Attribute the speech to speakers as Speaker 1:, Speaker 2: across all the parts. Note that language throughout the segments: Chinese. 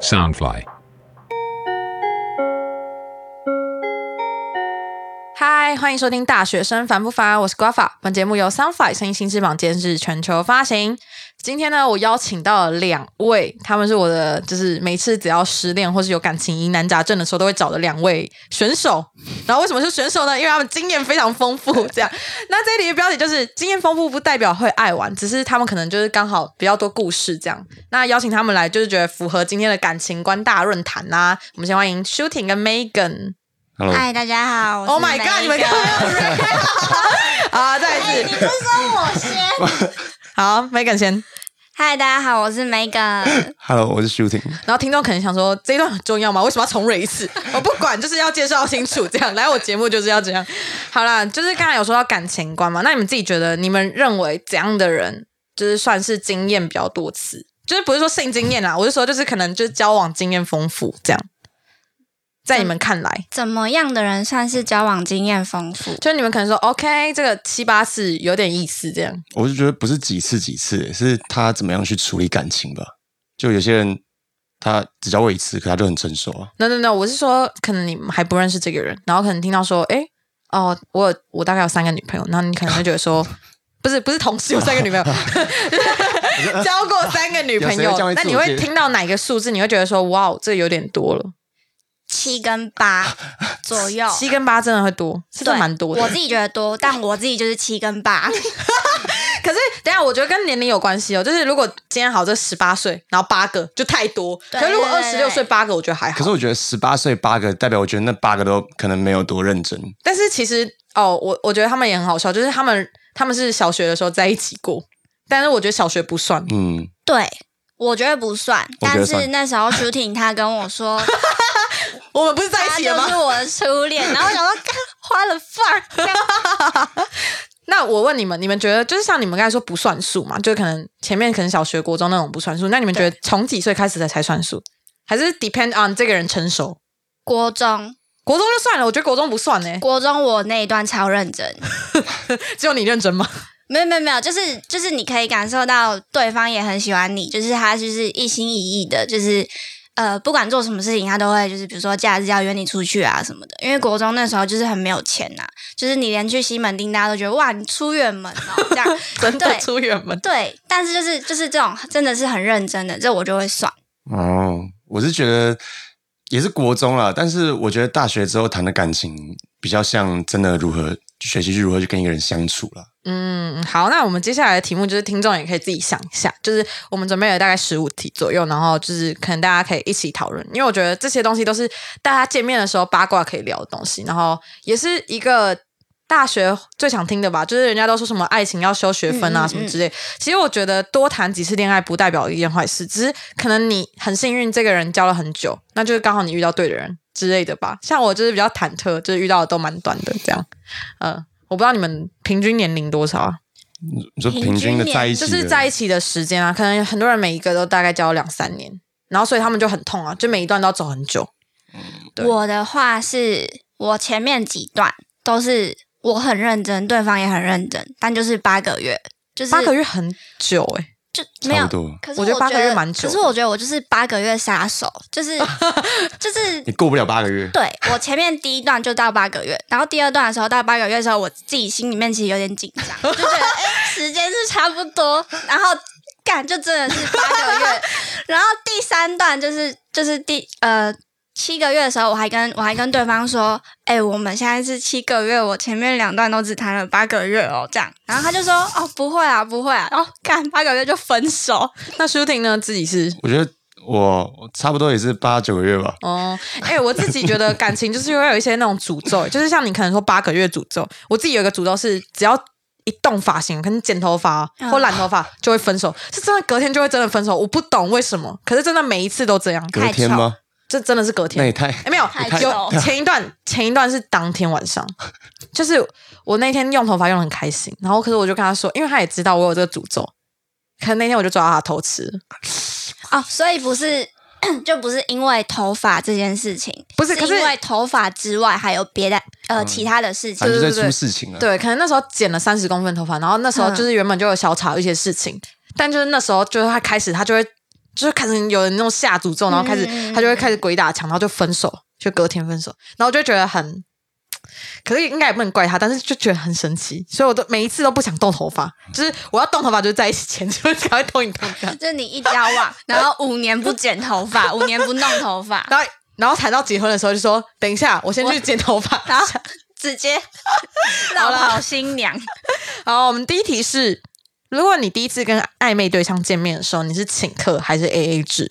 Speaker 1: Soundfly.
Speaker 2: 嗨，欢迎收听《大学生烦不烦》，我是 Guava。本节目由 Sunfly 声音新翅膀监制，全球发行。今天呢，我邀请到了两位，他们是我的，就是每次只要失恋或是有感情疑难杂症的时候，都会找的两位选手。然后为什么是选手呢？因为他们经验非常丰富。这样，那这一题的标题就是“经验丰富不代表会爱玩”，只是他们可能就是刚好比较多故事这样。那邀请他们来，就是觉得符合今天的感情观大论坛啦、我们先欢迎 Shooting 跟 Megan。
Speaker 3: Hello，
Speaker 4: 嗨，大家好。我是
Speaker 2: Oh my god！
Speaker 4: Megan
Speaker 2: 你们刚刚有啊，再
Speaker 4: 哎
Speaker 2: 一
Speaker 4: 你
Speaker 2: 次，
Speaker 4: 不是说我先？
Speaker 2: 好，Megan 先。
Speaker 4: 嗨，大家好，我是 Megan。
Speaker 3: Hello，我是 Shooting。
Speaker 2: 然后听众可能想说，这一段很重要吗？为什么要重蕊一 次？我不管，就是要介绍清楚。这样来我节目就是要这样。 好啦，就是刚才有说到感情观嘛，那你们自己觉得，你们认为怎样的人就是算是经验比较多次？就是不是说性经验啦，我是说就是可能就是交往经验丰富这样。在你们看来，
Speaker 4: 怎么样的人算是交往经验丰富？
Speaker 2: 就是你们可能说 OK，这个七八次有点意思这样。
Speaker 3: 我是觉得不是几次几次，是他怎么样去处理感情吧。就有些人他只交过一次，可他就很成熟啊。
Speaker 2: no no no，我是说，可能你们还不认识这个人，然后可能听到说，哎，哦，我有我大概有三个女朋友，然后你可能会觉得 说，不是不是同时有三个女朋友，交过三个女朋
Speaker 3: 有谁会这样
Speaker 2: 友，
Speaker 3: 会
Speaker 2: 那
Speaker 3: 自我
Speaker 2: 你
Speaker 3: 介
Speaker 2: 会
Speaker 3: 绍
Speaker 2: 听到哪个数字，你会觉得说，哇，哦这有点多了，
Speaker 4: 七跟八左
Speaker 3: 哦
Speaker 4: 右，
Speaker 2: 七跟八真的会多，是真的
Speaker 4: 对
Speaker 2: 蛮多的。
Speaker 4: 我自己觉得多，但我自己就是七 跟八。
Speaker 2: 可是等一下，我觉得跟年龄有关系哦，就是如果今天好这十八岁，然后八个就太多，
Speaker 4: 对
Speaker 2: 可是如果
Speaker 4: 对
Speaker 2: 二
Speaker 4: 对
Speaker 2: 十
Speaker 4: 对
Speaker 2: 六岁八个，我觉得还好。
Speaker 3: 可是我觉得十八岁八个，代表我觉得那八个都可能没有多认真。
Speaker 2: 但是其实哦，我我觉得他们也很好笑，就是他们他们是小学的时候在一起过，但是我觉得小学不算。
Speaker 3: 嗯，
Speaker 4: 对，我觉得不算，
Speaker 3: 我觉
Speaker 4: 但
Speaker 3: 得算
Speaker 4: 是那时候 shooting 他跟 我说
Speaker 2: 我们不是在一
Speaker 4: 他
Speaker 2: 起
Speaker 4: 就
Speaker 2: 了
Speaker 4: 是
Speaker 2: 吗？
Speaker 4: 我的初恋，然后我想说，干花了范儿，
Speaker 2: 那我问你们，你们觉得就是像你们刚才说不算数嘛？就可能前面可能小学、国中那种不算数，那你们觉得从几岁开始才才算数？还是 depend on 这个人成熟？
Speaker 4: 国中，
Speaker 2: 国中就算了，我觉得国中不算呢、
Speaker 4: 国中我那一段超认真，
Speaker 2: 只有你认真吗？
Speaker 4: 没有没有没有，就是就是你可以感受到对方也很喜欢你，就是他就是一心一意的，就是呃不管做什么事情，他都会就是比如说假日要约你出去啊什么的。因为国中那时候就是很没有钱呐、就是你连去西门町大家都觉得哇你出远门哦这样，
Speaker 2: 真的
Speaker 4: 对
Speaker 2: 出远门？
Speaker 4: 对，但是就是就是这种真的是很认真的，这我就会算。
Speaker 3: 哦，我是觉得也是国中啦，但是我觉得大学之后谈的感情比较像真的如何学习去如何去跟一个人相处啦。
Speaker 2: 嗯，好，那我们接下来的题目就是听众也可以自己想一下，就是我们准备了大概十五题左右，然后就是可能大家可以一起讨论，因为我觉得这些东西都是大家见面的时候八卦可以聊的东西，然后也是一个大学最想听的吧，就是人家都说什么爱情要修学分啊
Speaker 4: 嗯嗯
Speaker 2: 什么之类，其实我觉得多谈几次恋爱不代表一件坏事，只是可能你很幸运，这个人交了很久，那就是刚好你遇到对的人之类的吧。像我就是比较忐忑，就是遇到的都蛮短的这样，嗯。我不知道你们平均年龄多少啊？
Speaker 3: 你说平均的在一起
Speaker 2: 就
Speaker 3: 的，
Speaker 2: 是在一起的时间啊，可能很多人每一个都大概交往两三年，然后所以他们就很痛啊，就每一段都要走很久。对
Speaker 4: 我的话是我前面几段都是我很认真，对方也很认真，但就是八个月，就是
Speaker 2: 八个月很久哎、
Speaker 4: 就没
Speaker 3: 差
Speaker 4: 有
Speaker 3: 不多，
Speaker 4: 可是
Speaker 2: 我
Speaker 4: 我
Speaker 2: 觉得八个月蛮久
Speaker 4: 可是我觉得我就是八个月杀手，就是 就是
Speaker 3: 你过不了八个月。
Speaker 4: 对我前面第一段就到八个月，然后第二段的时候到八个月的时候，我自己心里面其实有点紧张，就觉得哎、时间是差不多，然后干就真的是八个月，然后第三段就是就是第呃。七个月的时候，我还跟我还跟对方说：“哎、我们现在是七个月，我前面两段都只谈了八个月哦，这样。”然后他就说：“哦，不会啊，不会啊。”然后干八个月就分手，
Speaker 2: 那舒婷呢自己是
Speaker 3: 我觉得我差不多也是八九个月吧。
Speaker 2: 哦，哎、我自己觉得感情就是会有一些那种诅咒，就是像你可能说八个月诅咒，我自己有一个诅咒是只要。一动发型，可能剪头发啊
Speaker 4: 嗯
Speaker 2: 或染头发就会分手，是真的隔天就会真的分手。我不懂为什么，可是真的每一次都这样，
Speaker 3: 隔天吗？
Speaker 2: 这真的是隔天
Speaker 3: 那。也太……
Speaker 2: 哎，没有
Speaker 4: 太，
Speaker 2: 有
Speaker 4: 久
Speaker 2: 前一段，前一段是当天晚上，就是我那天用头发用的很开心，然后可是我就跟他说，因为他也知道我有这个诅咒，可能那天我就抓到他偷吃了，
Speaker 4: 哦，所以不是就不是因为头发这件事情，
Speaker 2: 不是可是
Speaker 4: 因为头发之外还有别的呃其他的事情
Speaker 3: 嗯反，正就
Speaker 2: 对对
Speaker 3: 在
Speaker 2: 对
Speaker 3: 出事情了。啊
Speaker 2: 对，可能那时候剪了三十
Speaker 4: 嗯
Speaker 2: 公分头发，然后那时候就是原本就有小吵一些事情，但就是那时候就是他开始他就会就是开始有人那种下诅咒，然后开始
Speaker 4: 嗯
Speaker 2: 他就会开始鬼打墙，然后就分手，就隔天分手，然后我就觉得很。可是应该也不能怪他，但是就觉得很神奇，所以我都每一次都不想动头发，就是我要动头发就是在一起前 就会赶快动一动这样，
Speaker 4: 就是你一交往，然后五年不剪头发，五年不弄头发，
Speaker 2: 然后然后谈到结婚的时候就说等一下我先去剪头发，
Speaker 4: 然后直接 绕跑新娘。
Speaker 2: 好，我们第一题是：如果你第一次跟暧昧对象见面的时候，你是请客还是 A A 制？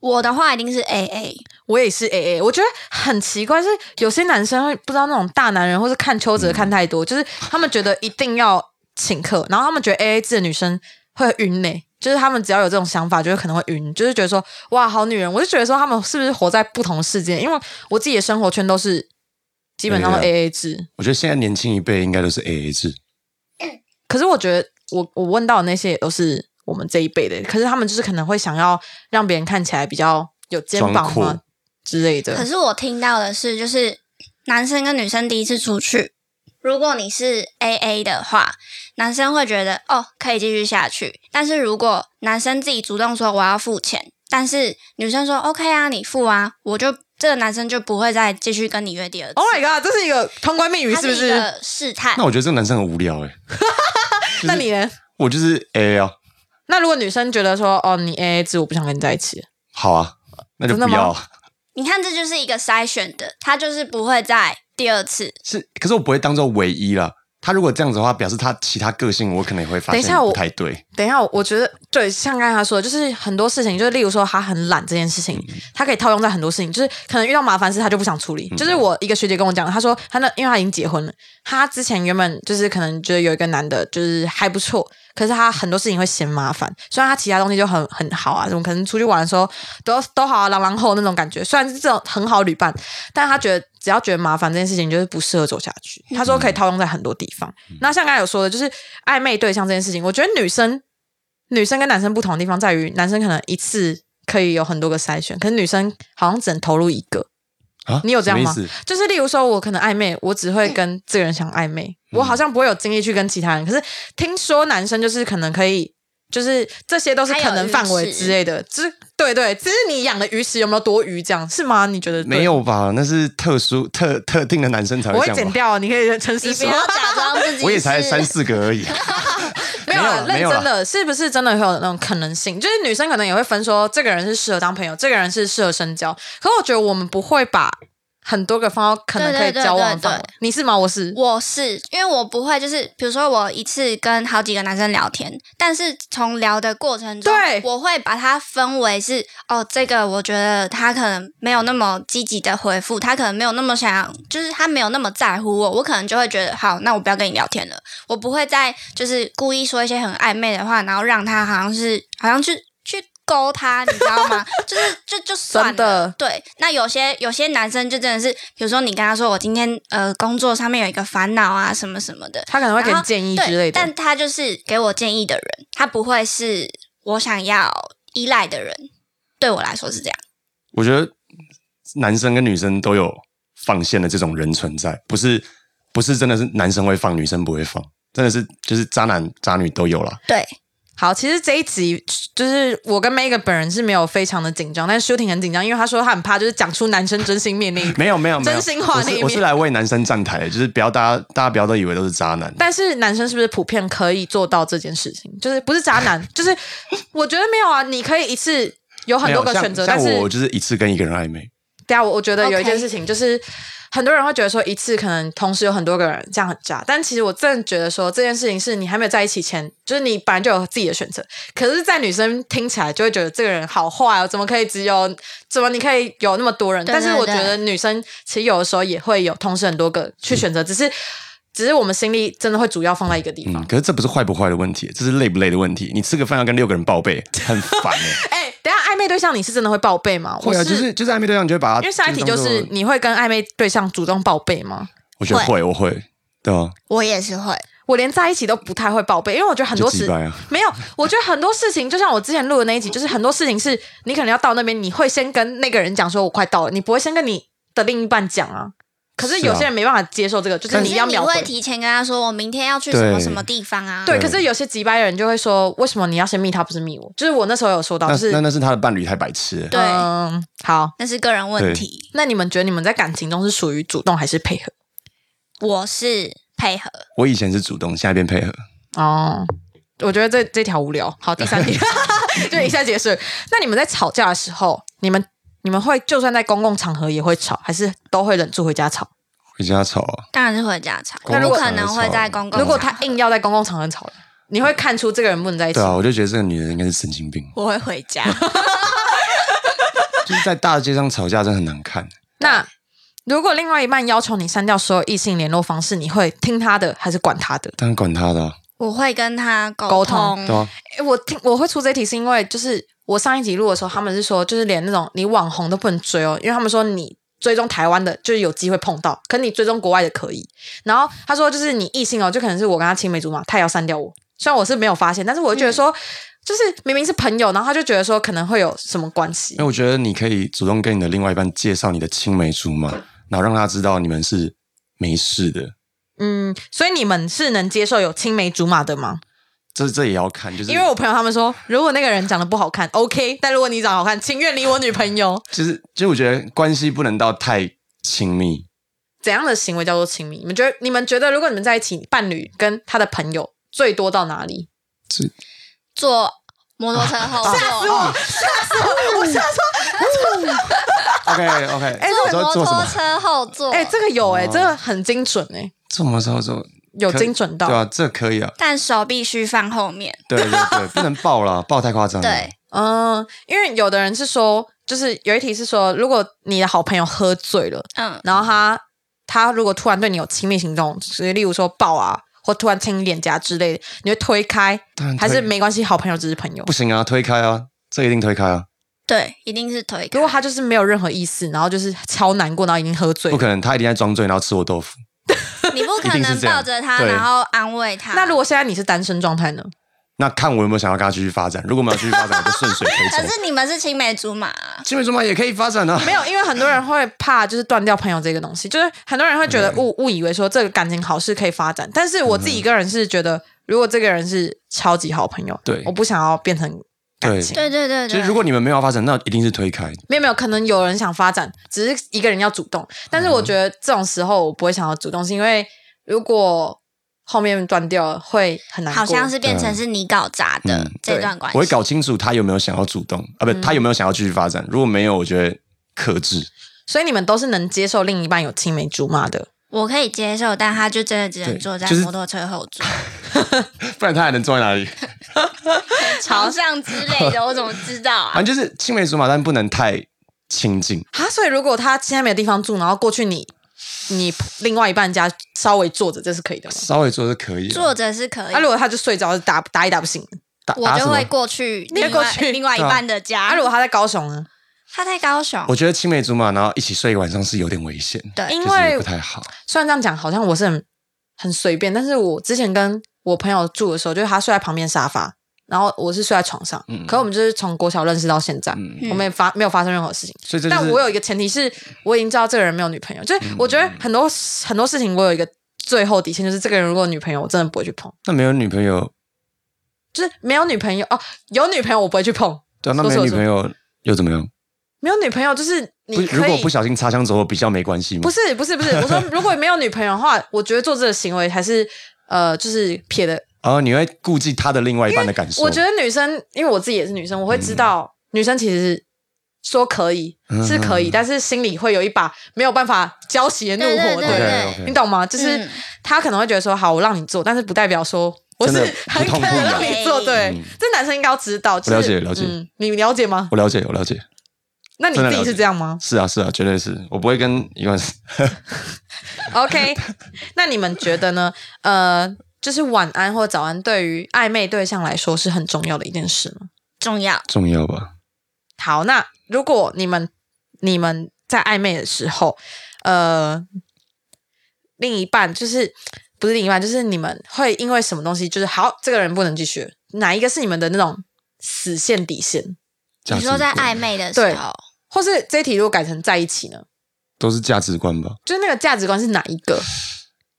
Speaker 4: 我的话一定是 A A，
Speaker 2: 我也是 A A，我觉得很奇怪，是有些男生会不知道那种大男人，或是看邱泽看太
Speaker 3: 嗯
Speaker 2: 多，就是他们觉得一定要请客，然后他们觉得 A A 制的女生会晕呢、就是他们只要有这种想法，就会可能会晕，就是觉得说哇，好女人，我就觉得说他们是不是活在不同世界？因为我自己的生活圈都是基本上
Speaker 3: 哎
Speaker 2: 都 A A 制，
Speaker 3: 我觉得现在年轻一辈应该都是 A A 制，
Speaker 2: 可是我觉得我我问到的那些也都是我们这一辈的，可是他们就是可能会想要让别人看起来比较有肩膀
Speaker 3: 装
Speaker 2: 嘛
Speaker 3: 酷
Speaker 2: 之类的
Speaker 4: 可。是我听到的是，就是男生跟女生第一次出去，如果你是 A A 的话，男生会觉得哦可以继续下去，但是如果男生自己主动说我要付钱，但是女生说 OK 啊，你付啊，我就这个男生就不会再继续跟你约第二次。
Speaker 3: 哦
Speaker 2: Oh my god，这是一个通关密语，
Speaker 4: 它
Speaker 2: 是不
Speaker 4: 一
Speaker 2: 是？
Speaker 4: 个试探
Speaker 3: 那？我觉得这个男生很无聊哎、就是
Speaker 2: 那你呢？
Speaker 3: 我就是 A A 啊，
Speaker 2: 那如果女生觉得说哦，你 A A 制，我不想跟你在一起，
Speaker 3: 好啊，那就
Speaker 2: 真的
Speaker 3: 不
Speaker 2: 吗
Speaker 3: 要啊。
Speaker 4: 你看，这就是一个筛选的，他就是不会在第二次。
Speaker 3: 是，可是我不会当做唯一啦。他如果这样子的话，表示他其他个性我可能也会发
Speaker 2: 等一下
Speaker 3: 现
Speaker 2: 我
Speaker 3: 不太对。
Speaker 2: 等一下，我觉得对，像刚才他说的，就是很多事情，就是例如说他很懒这件事情，他可以套用在很多事情，就是可能遇到麻烦事他就不想处理。就是我一个学姐跟我讲，她说她那因为她已经结婚了，她之前原本就是可能觉得有一个男的就是还不错，可是她很多事情会嫌麻烦，虽然她其他东西就很很好啊，什么可能出去玩的时候都都好啊，朗朗后那种感觉，虽然是这种很好旅伴，但她觉得只要觉得麻烦这件事情就是不适合走下去。她说可
Speaker 3: 嗯
Speaker 2: 以套用在很多地方。那像刚才有说的，就是暧昧对象这件事情，我觉得女生女生跟男生不同的地方在于，男生可能一次可以有很多个筛选，可是女生好像只能投入一个。
Speaker 3: 啊，
Speaker 2: 你有这样吗
Speaker 3: 什么意思？
Speaker 2: 就是例如说，我可能暧昧，我只会跟这个人想暧昧，
Speaker 3: 嗯
Speaker 2: 我好像不会有精力去跟其他人。可是听说男生就是可能可以，就是这些都是可能范围之类的，就是对对，只是你养的鱼池有没有多余，这样是吗？你觉得对
Speaker 3: 没？有吧？那是特殊特特定的男生才
Speaker 2: 我会
Speaker 3: 会这
Speaker 2: 剪
Speaker 3: 样吧？
Speaker 2: 掉，你可以诚实
Speaker 4: 你不
Speaker 2: 说。
Speaker 4: 要假装自己是，
Speaker 3: 我也才三四个而已。啊
Speaker 2: 没有啦，
Speaker 3: 没
Speaker 2: 认
Speaker 3: 有啦
Speaker 2: 真的，是不是真的会有那种可能性？就是女生可能也会分说，这个人是适合当朋友，这个人是适合深交。可我觉得我们不会把很多个放到可能可以
Speaker 4: 对对对
Speaker 2: 交往的
Speaker 4: 对
Speaker 2: 范围。你是吗？我是。
Speaker 4: 我是因为我不会，就是比如说我一次跟好几个男生聊天，但是从聊的过程中，
Speaker 2: 对
Speaker 4: 我会把它分为是哦，这个我觉得他可能没有那么积极的回复，他可能没有那么想，就是他没有那么在乎我，我可能就会觉得好，那我不要跟你聊天了，我不会再就是故意说一些很暧昧的话，然后让他好像是好像去去勾他，你知 道吗？就是就就算
Speaker 2: 真的
Speaker 4: 了，对，那有些有些男生就真的是，比如说你跟他说我今天呃工作上面有一个烦恼啊什么什么的，
Speaker 2: 他可能会给你
Speaker 4: 然后
Speaker 2: 建议
Speaker 4: 对
Speaker 2: 之类的，
Speaker 4: 但他就是给我建议的人，他不会是我想要依赖的人。对我来说是这样，
Speaker 3: 我觉得男生跟女生都有放线的这种人存在，不是不是真的是男生会放，女生不会放，真的是就是渣男渣女都有啦。
Speaker 4: 对，
Speaker 2: 好，其实这一集就是我跟 Megan 本人是没有非常的紧张，但是 Shooting 很紧张，因为他说他很怕就是讲出男生真心面那一
Speaker 3: 没有没有没有，
Speaker 2: 真心话
Speaker 3: 我
Speaker 2: 那一
Speaker 3: 是
Speaker 2: 面
Speaker 3: 我是来为男生站台的，就是不要大家大家不要都以为都是渣男。
Speaker 2: 但是男生是不是普遍可以做到这件事情？就是不是渣 男，就是我觉得没有啊，你可以一次有很多个
Speaker 3: 没有像
Speaker 2: 选择，但
Speaker 3: 像
Speaker 2: 是
Speaker 3: 我我就是一次跟一个人暧昧，
Speaker 2: 对啊，我我觉得有一
Speaker 4: OK
Speaker 2: 件事情就是。很多人会觉得说一次可能同时有很多个人这样很渣，但其实我真的觉得说这件事情是你还没有在一起前，就是你本来就有自己的选择。可是，在女生听起来就会觉得这个人好坏哦，怎么可以只有怎么你可以有那么多人？
Speaker 4: 对
Speaker 2: 但是
Speaker 4: 对
Speaker 2: 我觉
Speaker 4: 对
Speaker 2: 得女生其实有的时候也会有同时很多个去选择，只是只是我们心力真的会主要放在一个地方
Speaker 3: 嗯，。可是这不是坏不坏的问题，这是累不累的问题。你吃个饭要跟六个人报备，很烦哎、
Speaker 2: 哎、等一下暧昧对象你是真的会报备吗？
Speaker 3: 会
Speaker 2: 我
Speaker 3: 啊，就是就是暧昧对象，你就会把他
Speaker 2: 因为下一题就
Speaker 3: 当
Speaker 2: 是
Speaker 3: 作
Speaker 2: 你会跟暧昧对象主动报备吗？
Speaker 3: 我觉得会，我会，对啊，
Speaker 4: 我也是会，
Speaker 2: 我连在一起都不太会报备，因为我觉得很多
Speaker 3: 就几
Speaker 2: 事、
Speaker 3: 百啊。
Speaker 2: 没有，我觉得很多事情，就像我之前录的那一集，就是很多事情是你可能要到那边，你会先跟那个人讲说，我快到了，你不会先跟你的另一半讲啊。可是
Speaker 3: 是
Speaker 2: 有
Speaker 3: 啊
Speaker 2: 些人没办法接受这个，就是
Speaker 4: 可是
Speaker 2: 你要
Speaker 4: 你
Speaker 2: 秒回
Speaker 4: 会。提前跟他说，我明天要去什么
Speaker 3: 对
Speaker 4: 什么地方啊？
Speaker 2: 对，
Speaker 3: 对
Speaker 2: 可是有些急掰人就会说，为什么你要先密他，不是密我？就是我那时候有说到，
Speaker 3: 那
Speaker 2: 就是
Speaker 3: 那那是他的伴侣太白痴了。
Speaker 4: 对
Speaker 2: 嗯，好，
Speaker 4: 那是个人问题。
Speaker 2: 那你们觉得你们在感情中是属于主动还是配合？
Speaker 4: 我是配合，
Speaker 3: 我以前是主动，现在变配合。
Speaker 2: 哦，我觉得这这条无聊。好，第 三题就一下结束。那你们在吵架的时候，你们你们会就算在公共场合也会吵，还是都会忍住回家吵？
Speaker 3: 回家吵啊，
Speaker 4: 当然是回家吵。
Speaker 3: 公共
Speaker 4: 不
Speaker 3: 场
Speaker 4: 可
Speaker 3: 合
Speaker 4: 能会
Speaker 3: 吵
Speaker 4: 在公共。，
Speaker 2: 如果他，硬要在公共场合吵，你会看出这个人不能在一起
Speaker 3: 对。啊，我就觉得这个女人应该是神经病
Speaker 4: 我会回家。
Speaker 3: 就是在大街上吵架真的很难看。
Speaker 2: 那如果另外一半要求你删掉所有异性联络方式，你会听他的还是管他的？
Speaker 3: 当然管他的啊、
Speaker 4: 我会跟他沟
Speaker 2: 沟通
Speaker 3: 对啊，
Speaker 2: 诶我听我会出这题是因为就是我上一集录的时候，他们是说就是连那种你网红都不能追哦，因为他们说你追踪台湾的，就是有机会碰到，可你追踪国外的可以。然后他说就是你异性哦，就可能是我跟他青梅竹马，他也要删掉我。虽然我是没有发现，但是我就觉得说，就是明明是朋友，然后他就觉得说可能会有什么关系
Speaker 3: 哎那。我觉得你可以主动跟你的另外一半介绍你的青梅竹马，然后让他知道你们是没事的。
Speaker 2: 嗯，所以你们是能接受有青梅竹马的吗？
Speaker 3: 这这也要看，就是
Speaker 2: 因为我朋友他们说，如果那个人长得不好看，OK；但如果你长得好看，请远离我女朋友。
Speaker 3: 就是就是我觉得关系不能到太亲密，
Speaker 2: 怎样的行为叫做亲密？你们觉得？你们觉得如果你们在一起，伴侣跟他的朋友最多到哪里？
Speaker 4: 坐摩托车后座，哦
Speaker 3: OK OK，哎
Speaker 4: 坐
Speaker 3: 做
Speaker 4: 摩
Speaker 3: 做什
Speaker 4: 托
Speaker 3: 么？
Speaker 4: 车后座。
Speaker 2: 哎、这个有哎、
Speaker 3: 哦
Speaker 2: 这个很精准哎、
Speaker 3: 做什么时候做？
Speaker 2: 有
Speaker 3: 可
Speaker 2: 精准到。
Speaker 3: 对啊，这可以啊，
Speaker 4: 但手必须放后面。
Speaker 3: 对对 对，不能爆啦，爆太夸张了。
Speaker 4: 对，
Speaker 2: 嗯，因为有的人是说，就是有一题是说，如果你的好朋友喝醉了，
Speaker 4: 嗯，
Speaker 2: 然后他他如果突然对你有亲密行动，所以例如说抱啊，或突然亲你脸颊之类的，你会推开，
Speaker 3: 当然推
Speaker 2: 还是没关系？好朋友只是朋友
Speaker 3: 不。行啊，推开啊，这一定推开啊，
Speaker 4: 对，一定是腿。
Speaker 2: 如果他就是没有任何意思，然后就是超难过，然后已经喝醉
Speaker 3: 不
Speaker 2: 了，
Speaker 3: 可能，他一定在装醉，然后吃我豆腐。
Speaker 4: 你不可
Speaker 3: 一定
Speaker 4: 能
Speaker 3: 是这样
Speaker 4: 抱着他，
Speaker 3: 对
Speaker 4: 然后安慰他。
Speaker 2: 那如果现在你是单身状态呢？
Speaker 3: 那看我有没有想要跟他继续发展，如果没有继续发展，我就顺水 推
Speaker 4: 可
Speaker 3: 舟。
Speaker 4: 是你们是青梅竹马啊，
Speaker 3: 青梅竹马也可以发展啊，
Speaker 2: 没有，因为很多人会怕就是断掉朋友这个东西，就是很多人会觉得误误以为说这个感情好是可以发展，但是我自己一个人是觉得，如果这个人是超级好朋友，
Speaker 3: 对
Speaker 2: 我不想要变成感情，
Speaker 4: 对对对
Speaker 3: 就
Speaker 4: 对。
Speaker 3: 是如果你们没有发展，那一定是推开。
Speaker 2: 没有没有，可能有人想发展，只是一个人要主动，但是我觉得这种时候我不会想要主动，是因为如果后面断掉了会很难过，
Speaker 4: 好像是变成是你搞砸的
Speaker 3: 嗯
Speaker 4: 这段关系，嗯
Speaker 3: 我会搞清楚他有没有想要主动啊，不，他有没有想要继续发展。如果没有，我觉得克制。
Speaker 2: 所以你们都是能接受另一半有青梅竹马的，
Speaker 4: 我可以接受，但他就真的只能
Speaker 3: 对
Speaker 4: 坐在
Speaker 3: 就是
Speaker 4: 摩托车 后座、
Speaker 3: 不然他还能坐在哪里？
Speaker 4: 床上之类的，我怎么知道啊？
Speaker 3: 反正就是青梅竹马，但不能太亲近。
Speaker 2: 啊，所以如果他现在没有地方住，然后过去你你另外一半家稍微坐着，这是可以的吗？
Speaker 3: 稍微坐是可以、啊，
Speaker 4: 坐着是可以
Speaker 2: 啊，，如果他就睡着，打打一打不行。
Speaker 3: 打
Speaker 4: 我
Speaker 3: 打什
Speaker 4: 就
Speaker 3: 么
Speaker 4: 会过去
Speaker 2: 你
Speaker 4: 另
Speaker 2: 会
Speaker 4: 外
Speaker 2: 过去
Speaker 4: 另外一半的家。
Speaker 2: 啊，如果他在高雄呢？
Speaker 4: 他在高雄，
Speaker 3: 我觉得青梅竹马，然后一起睡一个晚上是有点危险，
Speaker 4: 对
Speaker 2: 呃因
Speaker 3: 就是
Speaker 2: 为
Speaker 3: 不太好。
Speaker 2: 虽然这样讲好像我是很很随便，但是我之前跟我朋友住的时候，就是他睡在旁边沙发，然后我是睡在床上。
Speaker 3: 嗯
Speaker 2: 可我们就是从国小认识到现在，
Speaker 3: 嗯
Speaker 2: 我们也发没有发生任何事情。
Speaker 3: 所以这就是嗯
Speaker 2: 但我有一个前提是，我已经知道这个人没有女朋友。就是我觉得很多、很多事情，我有一个最后底线，就是这个人如果有女朋友，我真的不会去碰。
Speaker 3: 那没有女朋友，
Speaker 2: 就是没有女朋友哦，有女朋友我不会去碰，
Speaker 3: 对啊，那
Speaker 2: 说是
Speaker 3: 没有
Speaker 2: 我
Speaker 3: 女朋友又怎么样？
Speaker 2: 没有女朋友就是
Speaker 3: 不，
Speaker 2: 你
Speaker 3: 如
Speaker 2: 可
Speaker 3: 果
Speaker 2: 以
Speaker 3: 不小心擦枪走火，比较没关系吗？
Speaker 2: 不是不是不是，我说如果没有女朋友的话，我觉得做这个行为还是呃，就是撇的。
Speaker 3: 哦，你会顾忌他的另外一半的感受。
Speaker 2: 我觉得女生，因为我自己也是女生，我会知道女生其实说可以
Speaker 3: 嗯
Speaker 2: 是可以，但是心里会有一把没有办法浇熄的怒火，
Speaker 4: 对
Speaker 2: 不
Speaker 3: OK
Speaker 2: 你
Speaker 3: OK，
Speaker 2: 懂吗？就是
Speaker 4: 嗯
Speaker 2: 她可能会觉得说好，我让你做，但是不代表说我是
Speaker 3: 真的
Speaker 2: 很
Speaker 3: 不
Speaker 2: 可
Speaker 3: 痛
Speaker 2: 能
Speaker 3: 不
Speaker 2: 让
Speaker 4: 痒
Speaker 2: 你做。对
Speaker 3: 嗯，
Speaker 2: 这男生应该要知道。就是
Speaker 3: 了解了解
Speaker 2: 嗯你了解吗？
Speaker 3: 我了解，我了解，
Speaker 2: 那你
Speaker 3: 真的
Speaker 2: 自己
Speaker 3: 了
Speaker 2: 是
Speaker 3: 解
Speaker 2: 这样吗？
Speaker 3: 是啊是啊，绝对是我不会跟一个
Speaker 2: OK，那 你们觉得呢？呃，就是晚安或早安，对于暧昧对象来说是很重要的一件事吗？
Speaker 4: 重要。
Speaker 3: 重要吧？
Speaker 2: 好，那如果你们你们在暧昧的时候，呃，另一半就是不是另一半，就是你们会因为什么东西，就是好，这个人不能继续，哪一个是你们的那种死线底线？
Speaker 3: 价
Speaker 4: 你
Speaker 3: 值
Speaker 4: 说在
Speaker 3: 观
Speaker 4: 暧昧的时候，
Speaker 2: 或是这一题如果改成在一起呢？
Speaker 3: 都是价值观吧。
Speaker 2: 就是那个价值观是哪一个？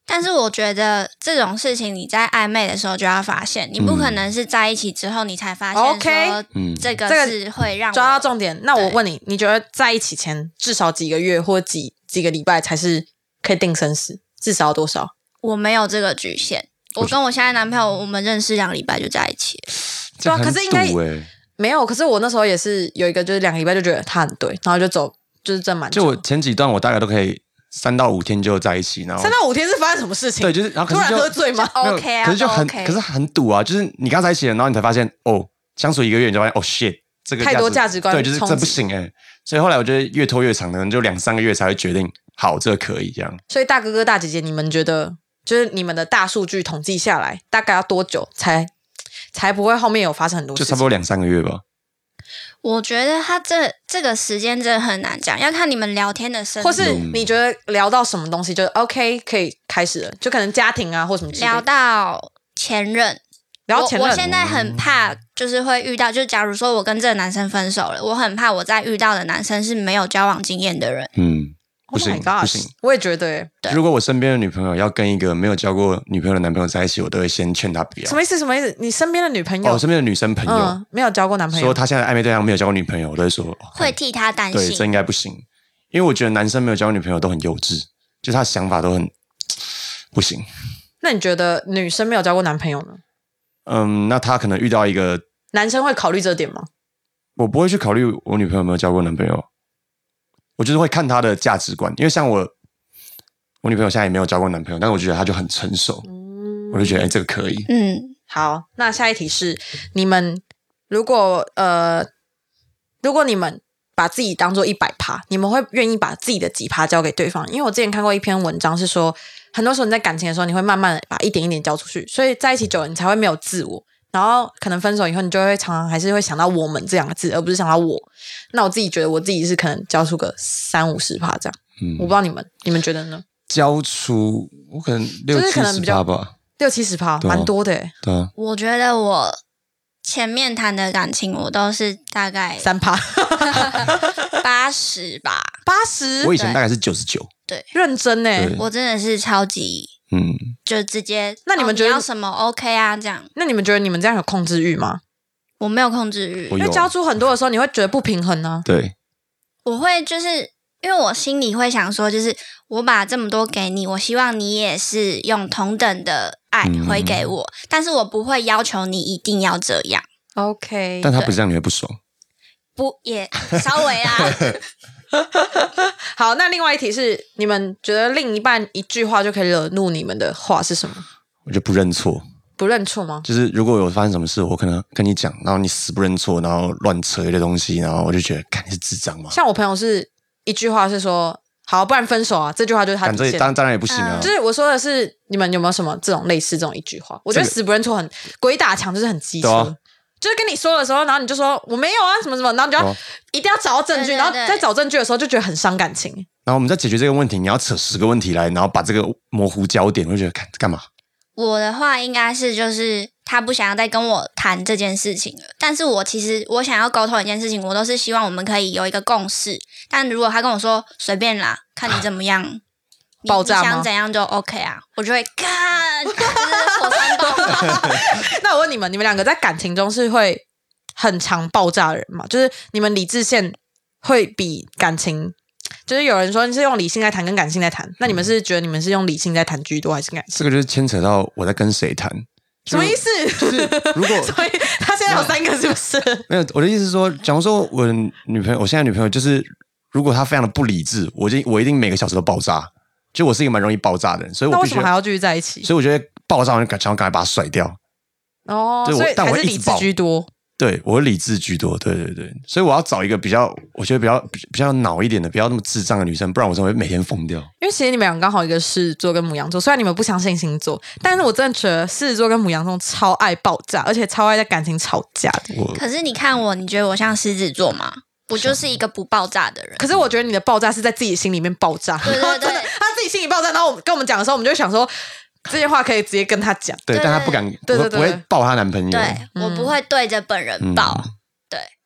Speaker 4: 但是我觉得这种事情你在暧昧的时候就要发现，你不可能是在一起之后你才发现
Speaker 2: OK
Speaker 4: 说
Speaker 3: 嗯
Speaker 4: 这个
Speaker 2: 这个
Speaker 4: 是会让我
Speaker 2: 抓到重点。那我
Speaker 4: 对
Speaker 2: 问你，你觉得在一起前至少几个月或几几个礼拜才是可以定生死？至少要多少？
Speaker 4: 我没有这个局限。我跟我现在男朋友，我们认识两个礼拜就在一起了，
Speaker 3: 这样
Speaker 2: 对啊
Speaker 3: 很
Speaker 2: 可是应该
Speaker 3: 堵欸
Speaker 2: 没有。可是我那时候也是有一个，就是两个礼拜就觉得他很对，然后就走，就是正满
Speaker 3: 就我前几段我大概都可以三到五天就在一起，然后
Speaker 2: 三到五天是发生什么事情？
Speaker 3: 对，就是然后
Speaker 2: 突
Speaker 3: 可是
Speaker 2: 然
Speaker 3: 就
Speaker 2: 喝醉吗？
Speaker 4: 就
Speaker 3: 没有
Speaker 4: OK 啊
Speaker 3: 可是就很、
Speaker 4: 都 OK
Speaker 3: 可是很堵啊，就是你刚在一起了，然后你才发现哦，相处一个月你就发现哦 shit，这个
Speaker 2: 太多价值观
Speaker 3: 对，就是
Speaker 2: 冲
Speaker 3: 这不
Speaker 2: 击
Speaker 3: 行哎、所以后来我觉得越拖越长，可能就两三个月才会决定好这个可以这样。
Speaker 2: 所以大哥哥大姐姐，你们觉得就是你们的大数据统计下来，大概要多久才才不会后面有发生很多
Speaker 3: 就
Speaker 2: 事
Speaker 3: 差
Speaker 2: 情？
Speaker 3: 不多两三个月吧。
Speaker 4: 我觉得他这这个时间真的很难讲，要看你们聊天的深度，
Speaker 2: 或是
Speaker 3: 嗯
Speaker 2: 你觉得聊到什么东西就 OK 可以开始了，就可能家庭啊或什么之类的
Speaker 4: 聊到前任。
Speaker 2: 聊前
Speaker 4: 我，我
Speaker 2: 任
Speaker 4: 现在很怕，就是会遇到，就假如说我跟这个男生分手了，我很怕我再遇到的男生是没有交往经验的人。
Speaker 3: 嗯，不
Speaker 2: Oh my
Speaker 3: 行
Speaker 2: gosh，
Speaker 3: 不行。
Speaker 2: 我也觉得欸耶
Speaker 4: 对
Speaker 3: 如果我身边的女朋友要跟一个没有交过女朋友的男朋友在一起，我都会先劝她不要
Speaker 2: 什。么意思？什么意思？你身边的女朋
Speaker 3: 哦，
Speaker 2: 友
Speaker 3: 我身边的女生朋友、
Speaker 2: 嗯没有交过男朋友
Speaker 3: 说，她现在的暧昧对象没有交过女朋友，我都会说哦
Speaker 4: 会替他担
Speaker 3: 对，这
Speaker 4: 心。
Speaker 3: 应该不行，因为我觉得男生没有交过女朋友都很幼稚，就他的想法都很不行。
Speaker 2: 那你觉得女生没有交过男朋友呢？
Speaker 3: 嗯，那他可能遇到一个，
Speaker 2: 男生会考虑这点吗？
Speaker 3: 我不会去考虑我女朋友有没有交过男朋友，我就是会看她的价值观，因为像我，我女朋友现在也没有交过男朋友，但是我觉得她就很成熟，
Speaker 2: 嗯
Speaker 3: 我就觉得哎、这 个可以。
Speaker 4: 嗯，
Speaker 2: 好，那下一题是你们如果呃，如果你们把自己当做一百趴，你们会愿意把自己的几趴交给对方？因为我之前看过一篇文章是说，很多时候你在感情的时候，你会慢慢的把一点一点交出去，所以在一起久了，你才会没有自我。然后可能分手以后，你就会常常还是会想到“我们”这两个字，而不是想到我。那我自己觉得，我自己是可能交出个三五十趴这样，
Speaker 3: 嗯，
Speaker 2: 我不知道你们，你们觉得呢？
Speaker 3: 交出我可能六
Speaker 2: 就是
Speaker 3: 七
Speaker 2: 可能
Speaker 3: 十
Speaker 2: 比较
Speaker 3: 八吧，
Speaker 2: 六七十趴，
Speaker 3: 对啊
Speaker 2: 蛮多的欸，
Speaker 3: 对啊，
Speaker 4: 我觉得我前面谈的感情，我都是大概
Speaker 2: 三趴，
Speaker 4: 八十吧。
Speaker 2: 八十
Speaker 3: 我，以前
Speaker 4: 对
Speaker 3: 大概是九十九，
Speaker 2: 认真呢。
Speaker 3: 对
Speaker 4: 我真的是超级
Speaker 3: 嗯，
Speaker 4: 就直接。
Speaker 2: 那你们
Speaker 4: 哦
Speaker 2: 觉得
Speaker 4: 要什么 OK 啊？这样
Speaker 2: 那你们觉得你们这样有控制欲吗？
Speaker 4: 我没有控制欲
Speaker 3: 我，
Speaker 2: 因为
Speaker 3: 有
Speaker 2: 交出很多的时候，你会觉得不平衡啊呢、
Speaker 3: 对，
Speaker 4: 我会就是因为我心里会想说，就是我把这么多给你，我希望你也是用同等的爱
Speaker 3: 嗯
Speaker 4: 回给我，但是我不会要求你一定要这样，
Speaker 2: OK，
Speaker 3: 但他不是这样你会不爽，
Speaker 4: 不也稍微啊。
Speaker 2: 好，那另外一题是，你们觉得另一半一句话就可以惹怒你们的话是什么？
Speaker 3: 我就不认错，
Speaker 2: 不认错吗？
Speaker 3: 就是如果有发生什么事，我可能跟你讲，然后你死不认错，然后乱扯一堆东西，然后我就觉得，看你是智障吗？
Speaker 2: 像我朋友是一句话是说，好，不然分手啊，这句话就是他嗯底
Speaker 3: 感这
Speaker 2: 线。
Speaker 3: 当当然也不行啊
Speaker 2: 就，是我说的是，你们有没有什么这种类似这种一句话？我觉得
Speaker 3: 这个
Speaker 2: 死不认错很鬼打墙，就是很机车。
Speaker 3: 对啊
Speaker 2: 就是跟你说的时候，然后你就说我没有啊，什么什么，然后你就要、
Speaker 3: 对啊
Speaker 2: 一定要找到证据，
Speaker 4: 对对
Speaker 2: 然后
Speaker 4: 对
Speaker 2: 在找证据的时候就觉得很伤感情。
Speaker 3: 然后我们在解决这个问题，你要扯十个问题来，然后把这个模糊焦点，我就觉得看干嘛？
Speaker 4: 我的话应该是就是他不想要再跟我谈这件事情了，但是我其实我想要沟通一件事情，我都是希望我们可以有一个共识。但如果他跟我说随便啦，看你怎么样，你
Speaker 2: 爆炸吗
Speaker 4: 你想怎样就 OK 啊，我就会看， 就是火山爆发。
Speaker 2: 那我问你们，你们两个在感情中是会很常爆炸的人吗？就是你们理智线会比感情，就是有人说是用理性在谈跟感性在谈，那你们是觉得你们是用理性在谈居多，还是感性？
Speaker 3: 这个就是牵扯到我在跟谁谈，
Speaker 2: 什么意
Speaker 3: 思？
Speaker 2: 思？
Speaker 3: 就是如果 啊
Speaker 2: 所以他现在有三个是不是？
Speaker 3: 没有我的意思是说，假如说我的女朋友，我现在的女朋友就是，如果她非常的不理智，我就我一定每个小时都爆炸，就我是一个蛮容易爆炸的人，所以
Speaker 2: 那
Speaker 3: 我
Speaker 2: 为
Speaker 3: 必
Speaker 2: 什
Speaker 3: 须
Speaker 2: 么还要继续在一起？
Speaker 3: 所以我觉得爆炸完就赶，想要赶快把它甩掉。
Speaker 2: 哦，
Speaker 3: 对我
Speaker 2: 所以
Speaker 3: 但
Speaker 2: 还
Speaker 3: 我
Speaker 2: 是
Speaker 3: 一直
Speaker 2: 理智
Speaker 3: 爆
Speaker 2: 居多。
Speaker 3: 对我理智居多，对对对，所以我要找一个比较，我觉得比较比比较脑一点的，不要那么智障的女生，不然我真的会每天疯掉。
Speaker 2: 因为其实你们两个刚好一个狮子座跟母羊座，虽然你们不相信星座，但是我真的觉得狮子座跟母羊座超爱爆炸，而且超爱在感情吵架的。
Speaker 3: 我
Speaker 4: 可是你看我，你觉得我像狮子座吗？我就是一个不爆炸的人。
Speaker 2: 可是我觉得你的爆炸是在自己心里面爆炸，
Speaker 4: 对对
Speaker 2: 然后真的
Speaker 4: 对
Speaker 2: 他自己心里爆炸，然后我们跟我们讲的时候，我们就会想说这些话可以直接跟他讲。
Speaker 3: 对，
Speaker 4: 对
Speaker 3: 但她不敢，
Speaker 2: 对对
Speaker 3: 我不会
Speaker 2: 对
Speaker 3: 抱她男朋友。
Speaker 2: 嗯
Speaker 4: 对、我不会对着本人爆，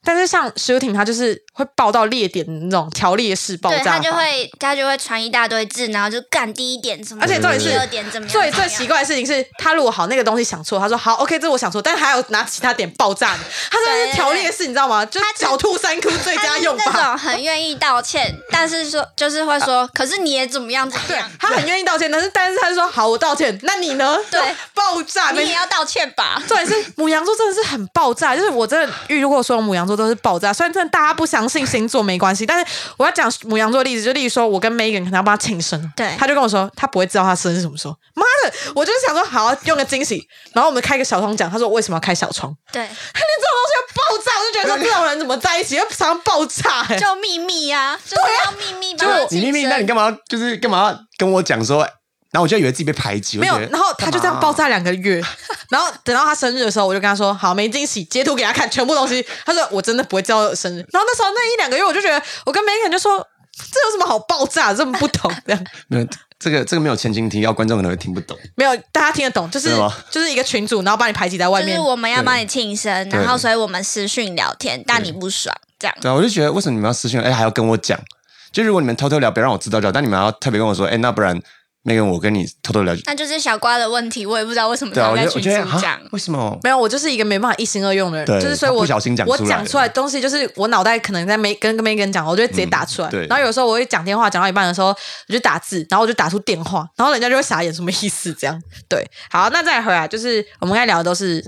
Speaker 2: 但是像 shooting，他就是会爆到裂点那种条列式爆
Speaker 4: 对
Speaker 2: 炸
Speaker 4: 他
Speaker 2: 法，
Speaker 4: 就会他就会传一大堆字，然后就干第一点什么，
Speaker 2: 而且重点是
Speaker 4: 第二点怎么样，
Speaker 2: 最
Speaker 4: 怎
Speaker 2: 最
Speaker 4: 么样
Speaker 2: 奇怪的事情是，他如果好那个东西想错，他说好 OK，这我想错，但还有拿其他点爆炸你，他真的是条列式，你知道吗？就狡兔三窟最
Speaker 4: 他
Speaker 2: 佳
Speaker 4: 是
Speaker 2: 用
Speaker 4: 那
Speaker 2: 法。
Speaker 4: 种很愿意道歉，但是说 就是会说，可是你也怎么样怎么
Speaker 2: 对
Speaker 4: 样，
Speaker 2: 他很愿意道歉，但是但是他就说好，我道歉，那你呢？
Speaker 4: 对
Speaker 2: 就爆炸，
Speaker 4: 你也要道歉 吧。
Speaker 2: 重点是母羊座真的是很爆炸，就是我真的遇过所有母羊座都是爆炸。虽然真的大家不相信星座没关系，但是我要讲母羊座的例子，就例如说我跟 Megan 可能要帮他庆生，
Speaker 4: 对
Speaker 2: 他就跟我说他不会知道他生日什么时候。妈的，我就是想说好用个惊喜，然后我们开个小窗讲，他说为什么要开小窗？
Speaker 4: 对，
Speaker 2: 他连这种东西要爆炸，我就觉得说这种人怎么在一起，要常常爆炸、欸。
Speaker 4: 就秘密啊，就是要秘密吧。
Speaker 3: 你明明，那你干嘛就是干嘛要跟我讲说？然后我就以为自己被排挤，
Speaker 2: 没有
Speaker 3: 我就觉，得
Speaker 2: 然后他就这样
Speaker 3: 干嘛啊
Speaker 2: 爆炸两个月， 然后等到他生日的时候，我就跟他说：“好，没惊喜，截图给他看，全部东西。”他说：“我真的不会知道我有生日。”然后那时候那一两个月，我就觉得我跟 Megan 就说：“这有什么好爆炸？这么不懂这样？
Speaker 3: 没有这个这个没有前情提要，观众可能会听不懂。
Speaker 2: 没有，大家听得懂，就是
Speaker 3: 真的吗
Speaker 2: 就是一个群主，然后把你排挤在外
Speaker 4: 就
Speaker 2: 面
Speaker 4: 是。我们要帮你庆生，
Speaker 3: 对
Speaker 4: 然后所以我们私讯聊天，但你不爽，这样
Speaker 3: 对啊，我就觉得为什么你们要私信我？哎，还要跟我讲？就如果你们偷偷聊，别让我知道就好。但你们要特别跟我说，哎，那不然那个我跟你偷偷聊。哎
Speaker 4: 那就是小瓜的问题，我也不知道为什么
Speaker 3: 对啊，
Speaker 4: 他
Speaker 3: 我
Speaker 4: 在
Speaker 3: 觉得我
Speaker 4: 群
Speaker 3: 觉得
Speaker 4: 主
Speaker 3: 啊
Speaker 4: 讲。，
Speaker 3: 为什么？
Speaker 2: 没有，我就是一个没办法一心二用的人，
Speaker 3: 对
Speaker 2: 就是所以我
Speaker 3: 他不小心讲出
Speaker 2: 我
Speaker 3: 来
Speaker 2: 讲出来的东西，就是我脑袋可能在没跟跟 Megan 讲，我就会直接打出来。
Speaker 3: 嗯对
Speaker 2: 然后有时候我会讲电话讲到一半的时候，我就打字，然后我就打出电话，然后人家就会傻眼，什么意思？这样对。好，那再回来，就是我们刚才聊的都是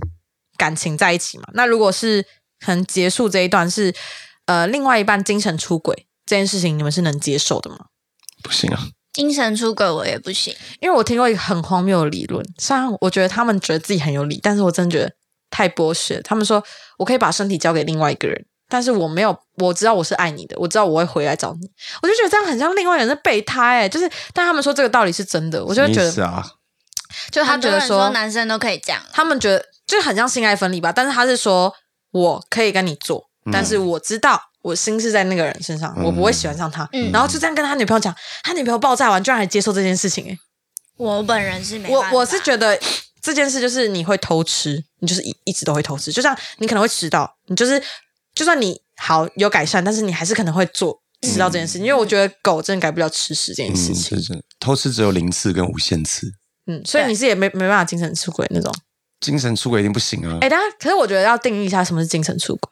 Speaker 2: 感情在一起嘛。那如果是可能结束这一段是呃另外一半精神出轨这件事情，你们是能接受的吗？
Speaker 3: 不行啊！
Speaker 4: 精神出轨我也不行，
Speaker 2: 因为我听过一个很荒谬的理论，虽然我觉得他们觉得自己很有理，但是我真的觉得太剥削。他们说我可以把身体交给另外一个人，但是我没有，我知道我是爱你的，我知道我会回来找你，我就觉得这样很像另外一个人在备胎、欸，就是但他们说这个道理是真的，我就会觉
Speaker 3: 什么
Speaker 2: 得
Speaker 3: 意，思啊，
Speaker 2: 就是他
Speaker 4: 很
Speaker 2: 觉
Speaker 4: 多
Speaker 2: 得
Speaker 4: 人说
Speaker 2: 说，
Speaker 4: 男生都可以这样，
Speaker 2: 他们觉得就很像性爱分离吧，但是他是说我可以跟你做，
Speaker 3: 嗯
Speaker 2: 但是我知道。我心是在那个人身上，我不会喜欢上他。
Speaker 4: 嗯
Speaker 2: 然后就这样跟他女朋友讲，他女朋友爆炸完，居然还接受这件事情、欸，
Speaker 4: 我本人是没
Speaker 2: 我
Speaker 4: 办法，
Speaker 2: 我是觉得这件事就是你会偷吃，你就是一一直都会偷吃，就像你可能会迟到，你就是就算你好有改善，但是你还是可能会做迟到这件
Speaker 4: 嗯
Speaker 2: 事情，因为我觉得狗真的改不了吃屎这件
Speaker 3: 嗯，
Speaker 2: 事
Speaker 3: 是
Speaker 2: 情，
Speaker 3: 是，偷吃只有零次跟无限次，
Speaker 2: 嗯，所以你是也没没办法精神出轨那种，
Speaker 3: 精神出轨一定不行啊！
Speaker 4: 嗯
Speaker 2: 哎、大家可是我觉得要定义一下什么是精神出轨，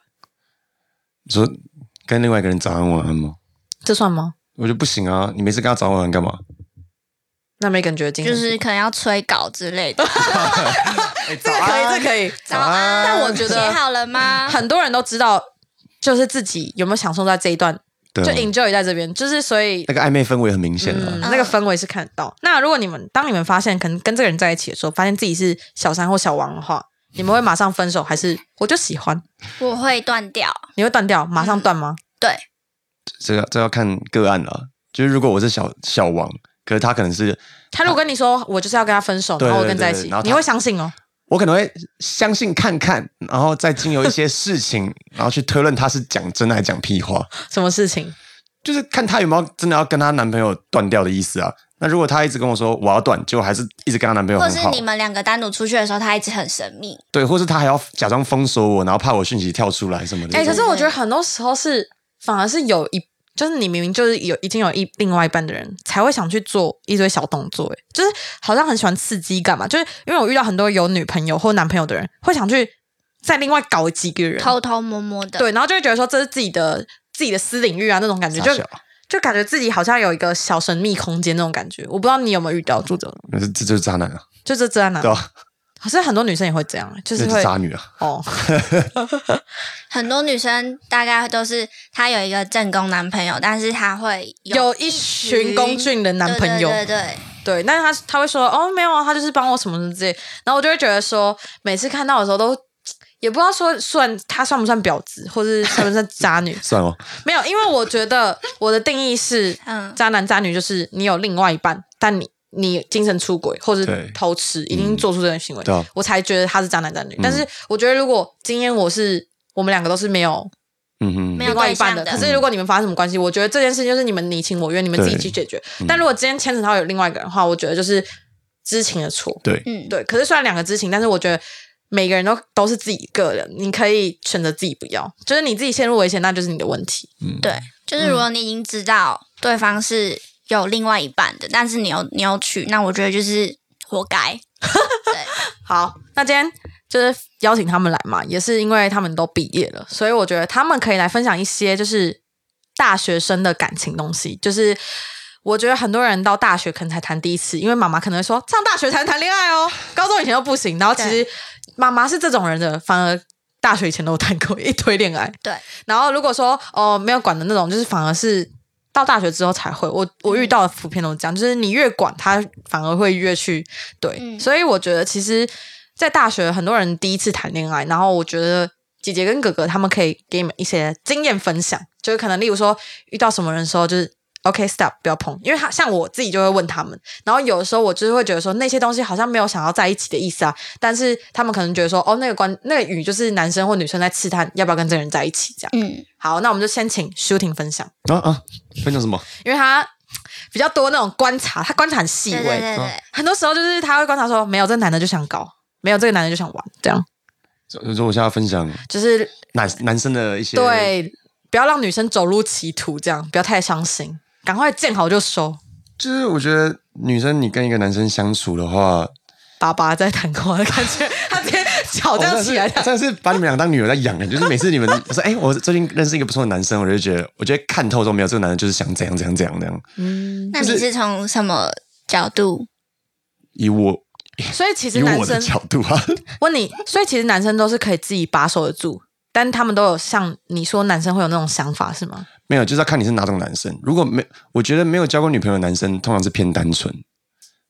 Speaker 3: 你说跟另外一个人早安晚安吗？
Speaker 2: 这算吗？
Speaker 3: 我觉得不行啊！你每次跟他早安晚安干嘛？
Speaker 2: 那没感觉精神
Speaker 4: 就
Speaker 2: 出轨
Speaker 4: 是可能要催稿之类的。
Speaker 2: 这个可以，这个可以，
Speaker 4: 早
Speaker 3: 啊
Speaker 4: 安，
Speaker 2: 但我觉得
Speaker 4: 写好了吗？
Speaker 2: 很多人都知道，就是自己有没有享受在这一段，
Speaker 3: 对
Speaker 2: 就
Speaker 4: 嗯
Speaker 3: 啊
Speaker 2: enjoy 在这边，就是所以
Speaker 3: 那个暧昧氛围很明显啊。
Speaker 2: 嗯，那个氛围是看得到。那如果你们当你们发现可能跟这个人在一起的时候，发现自己是小三或小王的话，你们会马上分手，还是我就喜欢？
Speaker 4: 我会断掉，
Speaker 2: 你会断掉，马上断吗？
Speaker 4: 对，
Speaker 3: 这个这要看个案了。就是如果我是小小王，可是他可能是
Speaker 2: 他如果跟你说我就是要跟他分手，
Speaker 3: 对
Speaker 2: 然后我跟在一起
Speaker 3: 对对对然，后他
Speaker 2: 你会相信哦？
Speaker 3: 我可能会相信看看，然后再经由一些事情， 然后去推论他是讲真的还是讲屁话，
Speaker 2: 什么事情？
Speaker 3: 就是看他有没有真的要跟她男朋友断掉的意思啊。那如果她一直跟我说我要断，结果还是一直跟她男朋友
Speaker 4: 或
Speaker 3: 很
Speaker 4: 是
Speaker 3: 好
Speaker 4: 你，们两个单独出去的时候，他一直很神秘，
Speaker 3: 对，或是她还要假装封锁我，然后怕我讯息跳出来什么的。
Speaker 2: 哎、可是
Speaker 4: 对
Speaker 2: 我觉得很多时候是反而是有一。就是你明明就是有已经有一另外一半的人，才会想去做一堆小动作，哎，就是好像很喜欢刺激感嘛。就是因为我遇到很多有女朋友或男朋友的人，会想去再另外搞几个人，
Speaker 4: 偷偷摸摸的。
Speaker 2: 对，然后就会觉得说这是自己的自己的私领域啊，那种感觉，就
Speaker 3: 傻小
Speaker 2: 就感觉自己好像有一个小神秘空间那种感觉。我不知道你有没有遇到，住者
Speaker 3: 那这这就是渣 男啊，
Speaker 2: 就这这样
Speaker 3: 对
Speaker 2: 啊，
Speaker 3: 吧？
Speaker 2: 好像很多女生也会这样，就
Speaker 3: 这
Speaker 2: 是
Speaker 3: 就是
Speaker 2: 会
Speaker 3: 渣女啊，
Speaker 2: 哦，
Speaker 4: 很多女生大概都是她有一个正宫男朋友，但是她会
Speaker 2: 有一群公俊的男朋友，
Speaker 4: 对对对
Speaker 2: 对，但是他他会说哦没有啊，他就是帮我什么什么之类，然后我就会觉得说，每次看到的时候都也不知道说算他算不算婊子，或是算不算渣女，
Speaker 3: 算哦，
Speaker 2: 没有，因为我觉得我的定义是，
Speaker 4: 嗯
Speaker 2: 渣男渣女就是你有另外一半，但你你精神出轨或者
Speaker 3: 对
Speaker 2: 偷吃，已经做出这种行为，
Speaker 3: 对啊嗯
Speaker 2: 我才觉得他是渣男渣女。但是我觉得如果今天我是我们两个都是没有
Speaker 3: 嗯哼，
Speaker 4: 没有
Speaker 2: 另外一半的，
Speaker 4: 对
Speaker 2: 可
Speaker 4: 象的
Speaker 2: 是如果你们发生什么关系，我觉得这件事就是你们你情我愿，你们自己
Speaker 3: 对嗯
Speaker 2: 去解决。但如果今天牵扯到有另外一个人的话，我觉得就是知情的错，
Speaker 3: 对
Speaker 4: 对，嗯，
Speaker 2: 对，可是虽然两个知情，但是我觉得每个人都都是自己个人，你可以选择自己不要，就是你自己陷入危险，那就是你的问题。
Speaker 4: 对，就是如果你已经知道对方是有另外一半的，但是你又你又去，那我觉得就是活该。
Speaker 2: 好，那今天就是邀请他们来嘛，也是因为他们都毕业了，所以我觉得他们可以来分享一些就是大学生的感情东西。就是我觉得很多人到大学可能才谈第一次，因为妈妈可能会说上大学才能谈恋爱哦，高中以前都不行。然后其实妈妈是这种人的，反而。大学以前都有谈过一堆恋爱，
Speaker 4: 对。
Speaker 2: 然后如果说哦没有管的那种，就是反而是到大学之后才会。我我遇到的普遍都是这样，就是你越管他，反而会越去对。
Speaker 4: 嗯
Speaker 2: 所以我觉得其实，在大学很多人第一次谈恋爱，然后我觉得姐姐跟哥哥他们可以给你们一些经验分享，就是可能例如说遇到什么人的时候，就是 OK stop 不要碰，因为他像我自己就会问他们，然后有的时候我就是会觉得说那些东西好像没有想要在一起的意思啊，但是他们可能觉得说哦那个关那个语就是男生或女生在刺探要不要跟这个人在一起这样。
Speaker 4: 嗯，
Speaker 2: 好，那我们就先请 shooting 分享，
Speaker 3: 啊啊，分享什么？
Speaker 2: 因为他比较多那种观察，他观察很细微，
Speaker 4: 对对对
Speaker 3: 啊
Speaker 4: 对，
Speaker 2: 很多时候就是他会观察说没有这个男的就想搞，没有这个男的就想玩，这样
Speaker 3: 所以说我现在要分享
Speaker 2: 就是
Speaker 3: 男男生的一些，
Speaker 2: 对，不要让女生走入歧途，这样不要太伤心，赶快见好就收，
Speaker 3: 就是我觉得女生你跟一个男生相处的话，
Speaker 2: 爸爸在谈话的感觉，他直接脚这样起来
Speaker 3: 哦真的是真的是把你们俩当女儿在 养的，就是每次你们我说哎、我最近认识一个不错的男生，我就觉得，我觉得看透都没有，这个男人就是想怎样怎样怎样怎样。
Speaker 2: 嗯，
Speaker 4: 那你是从什么角度？
Speaker 3: 以我
Speaker 2: 所以其实
Speaker 3: 以
Speaker 2: 男
Speaker 3: 我的
Speaker 2: 生
Speaker 3: 角度啊，
Speaker 2: 问你，所以其实男生都是可以自己把守得住，但他们都有像你说男生会有那种想法是吗？
Speaker 3: 没有，就是要看你是哪种男生。如果没，我觉得没有交过女朋友的男生通常是偏单纯。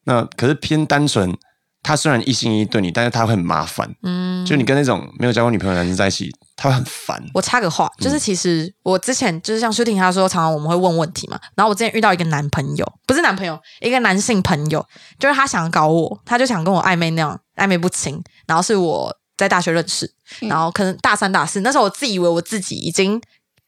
Speaker 3: 那可是偏单纯，他虽然一心一意对你，但是他会很麻烦。
Speaker 2: 嗯，
Speaker 3: 就你跟那种没有交过女朋友的男生在一起，他会很烦。
Speaker 2: 我插个
Speaker 4: 嗯
Speaker 2: 话，就是其实我之前就是像舒婷她说，常常我们会问问题嘛。然后我之前遇到一个男朋友，不是男朋友，一个男性朋友，就是他想搞我，他就想跟我暧昧那样，暧昧不清。然后是我在大学认识，
Speaker 4: 嗯
Speaker 2: 然后可能大三大四那时候，我自以为我自己已经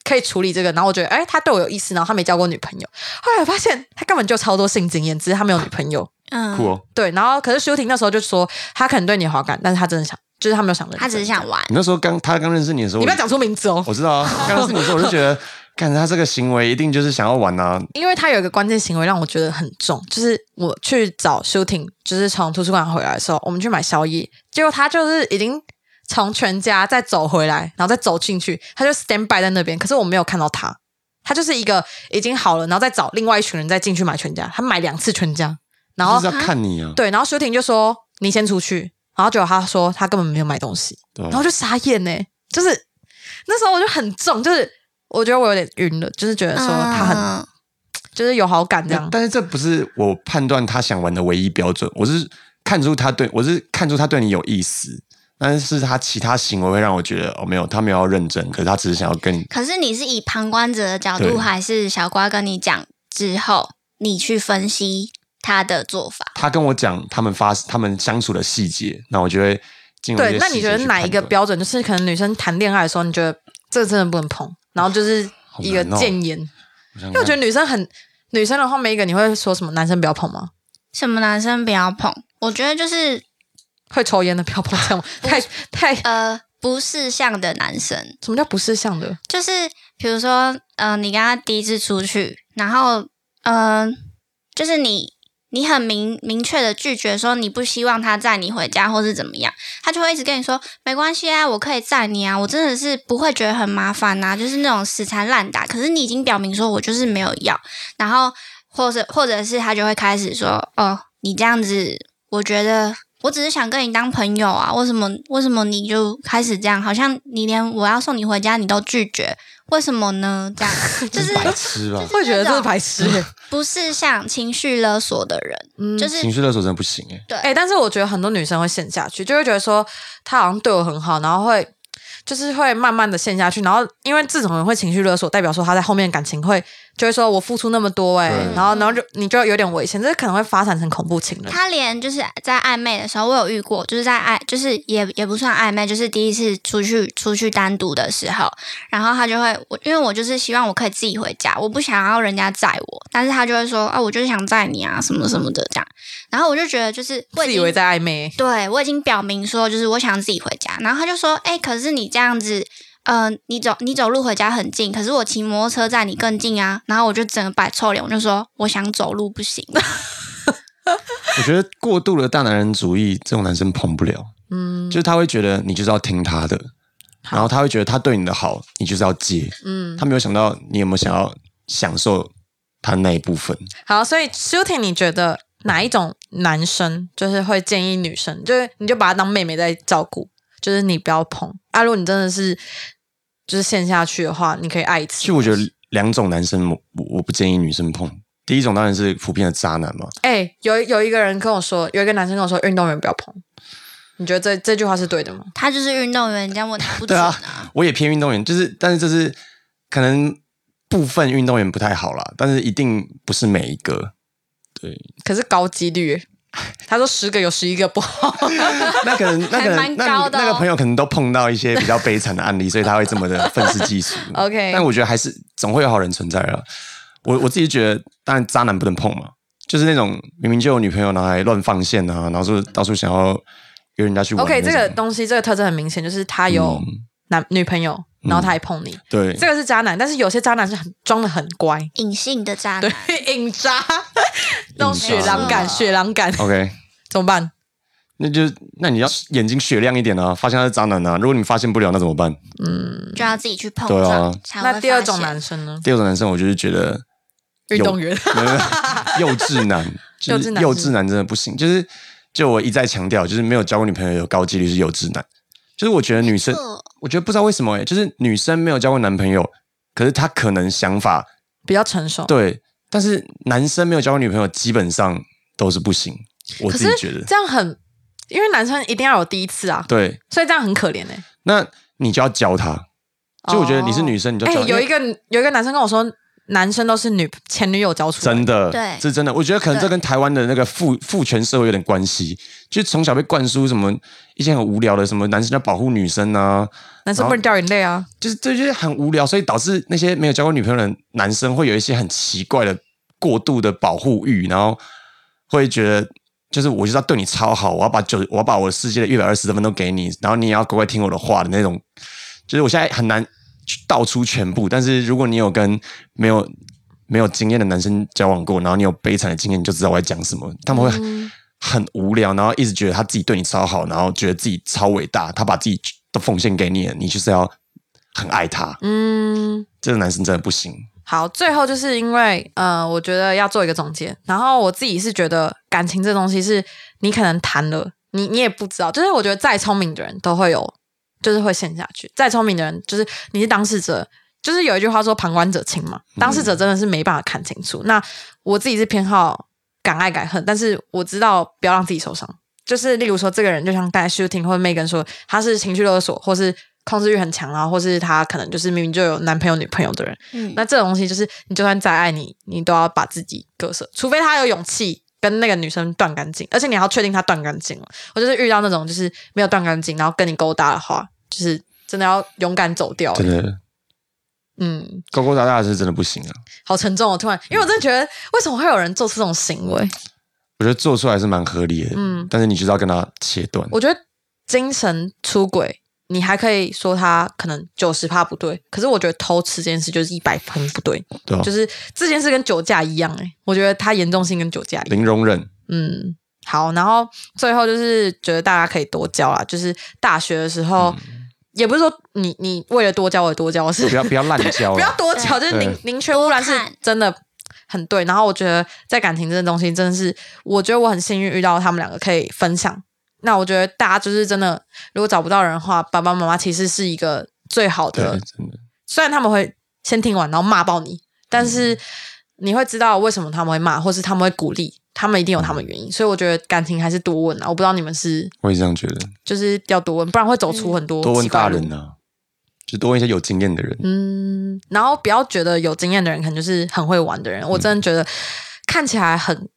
Speaker 2: 可以处理这个，然后我觉得哎、他对我有意思，然后他没交过女朋友。后来我发现他根本就超多性经验，只是他没有女朋友。
Speaker 4: 嗯，
Speaker 3: 酷哦！
Speaker 2: 对，然后可是舒婷那时候就说他可能对你有好感，但是他真的想，就是他没有想认真
Speaker 4: 他只是想玩。
Speaker 3: 你那时候刚他刚认识你的时候，
Speaker 2: 你不要讲出名字哦
Speaker 3: 我，知道啊，刚认识你的时候我就觉得， 看他这个行为一定就是想要玩啊，
Speaker 2: 因为他有一个关键行为让我觉得很重，就是我去找修婷，就是从图书馆回来的时候，我们去买宵夜，结果他就是已经从全家再走回来，然后再走进去，他就 stand by 在那边，可是我没有看到他，他就是一个已经好了，然后再找另外一群人再进去买全家，他买两次全家，然
Speaker 3: 就
Speaker 2: 后
Speaker 3: 是要看你啊。
Speaker 2: 哦对，然后修婷就说你先出去，然后结果他说他根本没有买东西，
Speaker 3: 对
Speaker 2: 然后
Speaker 3: 吧，
Speaker 2: 就傻眼呢、就是那时候我就很重，就是我觉得我有点晕了，就是觉得说他很、
Speaker 4: 嗯
Speaker 2: 就是有好感这样
Speaker 3: 那。但是这不是我判断他想玩的唯一标准，我是看出他对我是看出他对你有意思，但是他其他行为会让我觉得哦，没有，他没有要认真，可是他只是想要跟你。
Speaker 4: 可是你是以旁观者的角
Speaker 3: 对
Speaker 4: 度，还是小瓜跟你讲之后，你去分析他的做法？
Speaker 3: 他跟我讲他们发他们相处的细节，那我就会进入一些
Speaker 2: 对，那你
Speaker 3: 细节
Speaker 2: 觉得
Speaker 3: 去
Speaker 2: 哪一个
Speaker 3: 判断
Speaker 2: 标准？就是可能女生谈恋爱的时候，你觉得这个真的不能碰，然后就是一个
Speaker 3: 好难哦
Speaker 2: 谏言。
Speaker 3: 我想
Speaker 2: 因为我觉
Speaker 3: 看
Speaker 2: 得女生很女生的话，每一个你会说什么？男生不要碰吗？
Speaker 4: 什么男生不要碰？我觉得就是
Speaker 2: 会抽烟的不要碰，这样吗太太
Speaker 4: 呃，不识相的男生，
Speaker 2: 什么叫不识相的？
Speaker 4: 就是比如说，呃，你跟他第一次出去，然后，嗯、就是你你很明明确的拒绝说你不希望他载你回家或是怎么样，他就会一直跟你说没关系啊，我可以载你啊，我真的是不会觉得很麻烦呐、就是那种死缠烂打。可是你已经表明说我就是没有要，然后或者或者是他就会开始说哦，你这样子，我觉得。我只是想跟你当朋友啊，为什么为什么你就开始这样？好像你连我要送你回家你都拒绝，为什么呢？这样 就是
Speaker 3: 白痴吧，
Speaker 2: 会觉得这是白痴、欸
Speaker 4: 不是像情绪勒索的人，
Speaker 2: 嗯，
Speaker 4: 就
Speaker 3: 情
Speaker 4: 是
Speaker 3: 绪勒索真的不行哎、
Speaker 2: 哎、但是我觉得很多女生会陷下去，就会觉得说他好像对我很好，然后会就是会慢慢的陷下去，然后因为这种人会情绪勒索，代表说他在后面感情会就会说我付出那么多哎、
Speaker 3: 对
Speaker 2: 然后然后就你就有点危险，这可能会发展成恐怖情人。
Speaker 4: 他连就是在暧昧的时候，我有遇过，就是在暧，就是也也不算暧昧，就是第一次出去出去单独的时候，然后他就会，我因为我就是希望我可以自己回家，我不想要人家载我，但是他就会说啊，我就是想载你啊，什么什么的这样，然后我就觉得就是我
Speaker 2: 自
Speaker 4: 已
Speaker 2: 以
Speaker 4: 经
Speaker 2: 为在暧昧，
Speaker 4: 对我已经表明说，就是我想自己回家，然后他就说，哎、可是你这样子，呃，你走你走路回家很近，可是我骑摩托车在你更近啊，然后我就整个摆臭脸，我就说我想走路不行，
Speaker 3: 我觉得过度的大男人主义，这种男生捧不了。
Speaker 2: 嗯
Speaker 3: 就是他会觉得你就是要听他的，
Speaker 2: 好
Speaker 3: 然后他会觉得他对你的好，你就是要接。
Speaker 2: 嗯，
Speaker 3: 他没有想到你有没有想要享受他那一部分。
Speaker 2: 好，所以 shooting 你觉得哪一种男生就是会建议女生，就是你就把她当妹妹在照顾，就是你不要碰。啊，如果你真的是就是陷下去的话，你可以爱一次。
Speaker 3: 其实我觉得两种男生，我我我不建议女生碰。第一种当然是普遍的渣男嘛，
Speaker 2: 哎、有有一个人跟我说，有一个男生跟我说，运动员不要碰。你觉得这这句话是对的吗？
Speaker 4: 他就是运动员，你这样问他不
Speaker 3: 对
Speaker 4: 准
Speaker 3: 啊
Speaker 4: 啊。
Speaker 3: 我也偏运动员，就是但是这是可能部分运动员不太好啦，但是一定不是每一个。对，
Speaker 2: 可是高几率，他说十个有十一个不好。
Speaker 3: 那可 能那可
Speaker 4: 还
Speaker 3: 能
Speaker 4: 蛮
Speaker 3: 那你
Speaker 4: 高的哦
Speaker 3: 那个朋友可能都碰到一些比较悲惨的案例，所以他会这么的愤世嫉俗。
Speaker 2: OK
Speaker 3: 但我觉得还是总会有好人存在啦。我我自己觉得，当然渣男不能碰嘛，就是那种明明就有女朋友，然后还乱放线啊，然后就到处想要约人家去玩那
Speaker 2: OK，
Speaker 3: 种。
Speaker 2: 这个东西这个特征很明显，就是他有
Speaker 3: 哦嗯
Speaker 2: 男、女朋友，然后他还碰你，
Speaker 3: 对，
Speaker 2: 这个是渣男。但是有些渣男是很装的很乖，
Speaker 4: 隐性的 渣男，
Speaker 2: 对，影渣，那种
Speaker 3: 影渣
Speaker 2: 雪狼感，
Speaker 4: 没错
Speaker 2: 雪狼感
Speaker 3: OK，
Speaker 2: 怎么办？
Speaker 3: 那就那你要眼睛雪亮一点啊，发现他是渣男啊。如果你发现不了，那怎么办？
Speaker 4: 就要自己去碰
Speaker 3: 对啊
Speaker 4: 撞。才会
Speaker 2: 嗯那第二种
Speaker 4: 发现
Speaker 2: 男生呢？
Speaker 3: 第二种男生，我就是觉得有
Speaker 2: 运动员
Speaker 3: 没有没有 幼稚男，就
Speaker 2: 幼稚
Speaker 3: 是
Speaker 2: 男
Speaker 3: 幼稚男真的不行。就是就我一再强调，就是没有交过女朋友有高几率是幼稚男。就是我觉得女生，
Speaker 4: 错
Speaker 3: 我觉得不知道为什么哎、就是女生没有交过男朋友，可是她可能想法
Speaker 2: 比较成熟，
Speaker 3: 对，但是男生没有交过女朋友基本上都是不行。我
Speaker 2: 可
Speaker 3: 自
Speaker 2: 是
Speaker 3: 己觉得，
Speaker 2: 这样很，因为男生一定要有第一次啊，
Speaker 3: 对，
Speaker 2: 所以这样很可怜哎、
Speaker 3: 那你就要教他。就我觉得你是女生，你就
Speaker 2: 哎、
Speaker 3: 教。因
Speaker 2: 有
Speaker 3: 为
Speaker 2: 一个有一个男生跟我说，男生都是女前女友教出来
Speaker 3: 真
Speaker 2: 的，
Speaker 3: 的，
Speaker 4: 对
Speaker 3: 是真的。我觉得可能这
Speaker 4: 对
Speaker 3: 跟台湾的那个父父权社会有点关系，就从小被灌输什么一些很无聊的什么男生要保护女生啊，
Speaker 2: 男生不能掉眼泪啊，
Speaker 3: 就是这些很无聊，所以导致那些没有交过女朋友的男生会有一些很奇怪的过度的保护欲，然后会觉得就是我就是要对你超好，我要把九我要把我世界的一百二十分都给你，然后你也要乖乖听我的话的那种。就是我现在很难去道出全部，但是如果你有跟没有没有经验的男生交往过，然后你有悲惨的经验，你就知道我在讲什么。他们会很无聊，然后一直觉得他自己对你超好，然后觉得自己超伟大，他把自己都奉献给你了，你就是要很爱他。
Speaker 2: 嗯。
Speaker 3: 这个男生真的不行。
Speaker 2: 好，最后就是因为呃，我觉得要做一个总结。然后我自己是觉得感情这东西是你可能谈了，你你也不知道。就是我觉得再聪明的人都会有，就是会陷下去。再聪明的人，就是你是当事者，就是有一句话说旁观者清嘛，当事者真的是没办法看清楚。那我自己是偏好敢爱敢恨，但是我知道不要让自己受伤。就是例如说，这个人就像刚才 shooting 或者 Megan 说，他是情绪勒索，或是控制欲很强，然啊后或是他可能就是明明就有男朋友女朋友的人，
Speaker 4: 嗯，
Speaker 2: 那这种东西就是，你就算再爱你，你都要把自己割舍，除非他有勇气跟那个女生断干净，而且你还要确定他断干净了。我就是遇到那种就是没有断干净，然后跟你勾搭的话，就是真的要勇敢走掉。
Speaker 3: 真的
Speaker 2: 嗯，
Speaker 3: 勾勾搭搭的是真的不行啊！
Speaker 2: 好沉重哦！突然，因为我真的觉得，为什么会有人做出这种行为？
Speaker 3: 我觉得做出来是蛮合理的，
Speaker 2: 嗯
Speaker 3: 但是你就是要跟他切断。
Speaker 2: 我觉得精神出轨，你还可以说他可能九十趴不对，可是我觉得偷吃这件事就是一百分不对，
Speaker 3: 对啊，
Speaker 2: 就是这件事跟酒驾一样、欸。我觉得它严重性跟酒驾一样。
Speaker 3: 零 容忍。
Speaker 2: 嗯，好，然后最后就是觉得大家可以多交啦，就是大学的时候，也不是说你你为了多交而多交，是
Speaker 3: 嗯不要不要滥交啊，
Speaker 2: 不要多交，就是
Speaker 3: 对
Speaker 2: 宁宁缺毋滥是
Speaker 4: 多看
Speaker 2: 真的很对。然后我觉得在感情这东西，真的是我觉得我很幸运遇到他们两个可以分享。那我觉得大家就是真的，如果找不到人的话，爸爸妈妈其实是一个最好
Speaker 3: 对，
Speaker 2: 的
Speaker 3: 啊真的
Speaker 2: 虽然他们会先听完然后骂爆你，但是你会知道为什么他们会骂，或是他们会鼓励，他们一定有他们原因。所以我觉得感情还是多问啊，我不知道你们是
Speaker 3: 我也这样觉得。
Speaker 2: 就是要多问，不然会走出很多
Speaker 3: 多问
Speaker 2: 奇怪
Speaker 3: 大
Speaker 2: 的路
Speaker 3: 人啊，就多问一些有经验的人。
Speaker 2: 嗯，然后不要觉得有经验的人可能就是很会玩
Speaker 3: 嗯
Speaker 2: 的人，我真的觉得看起来很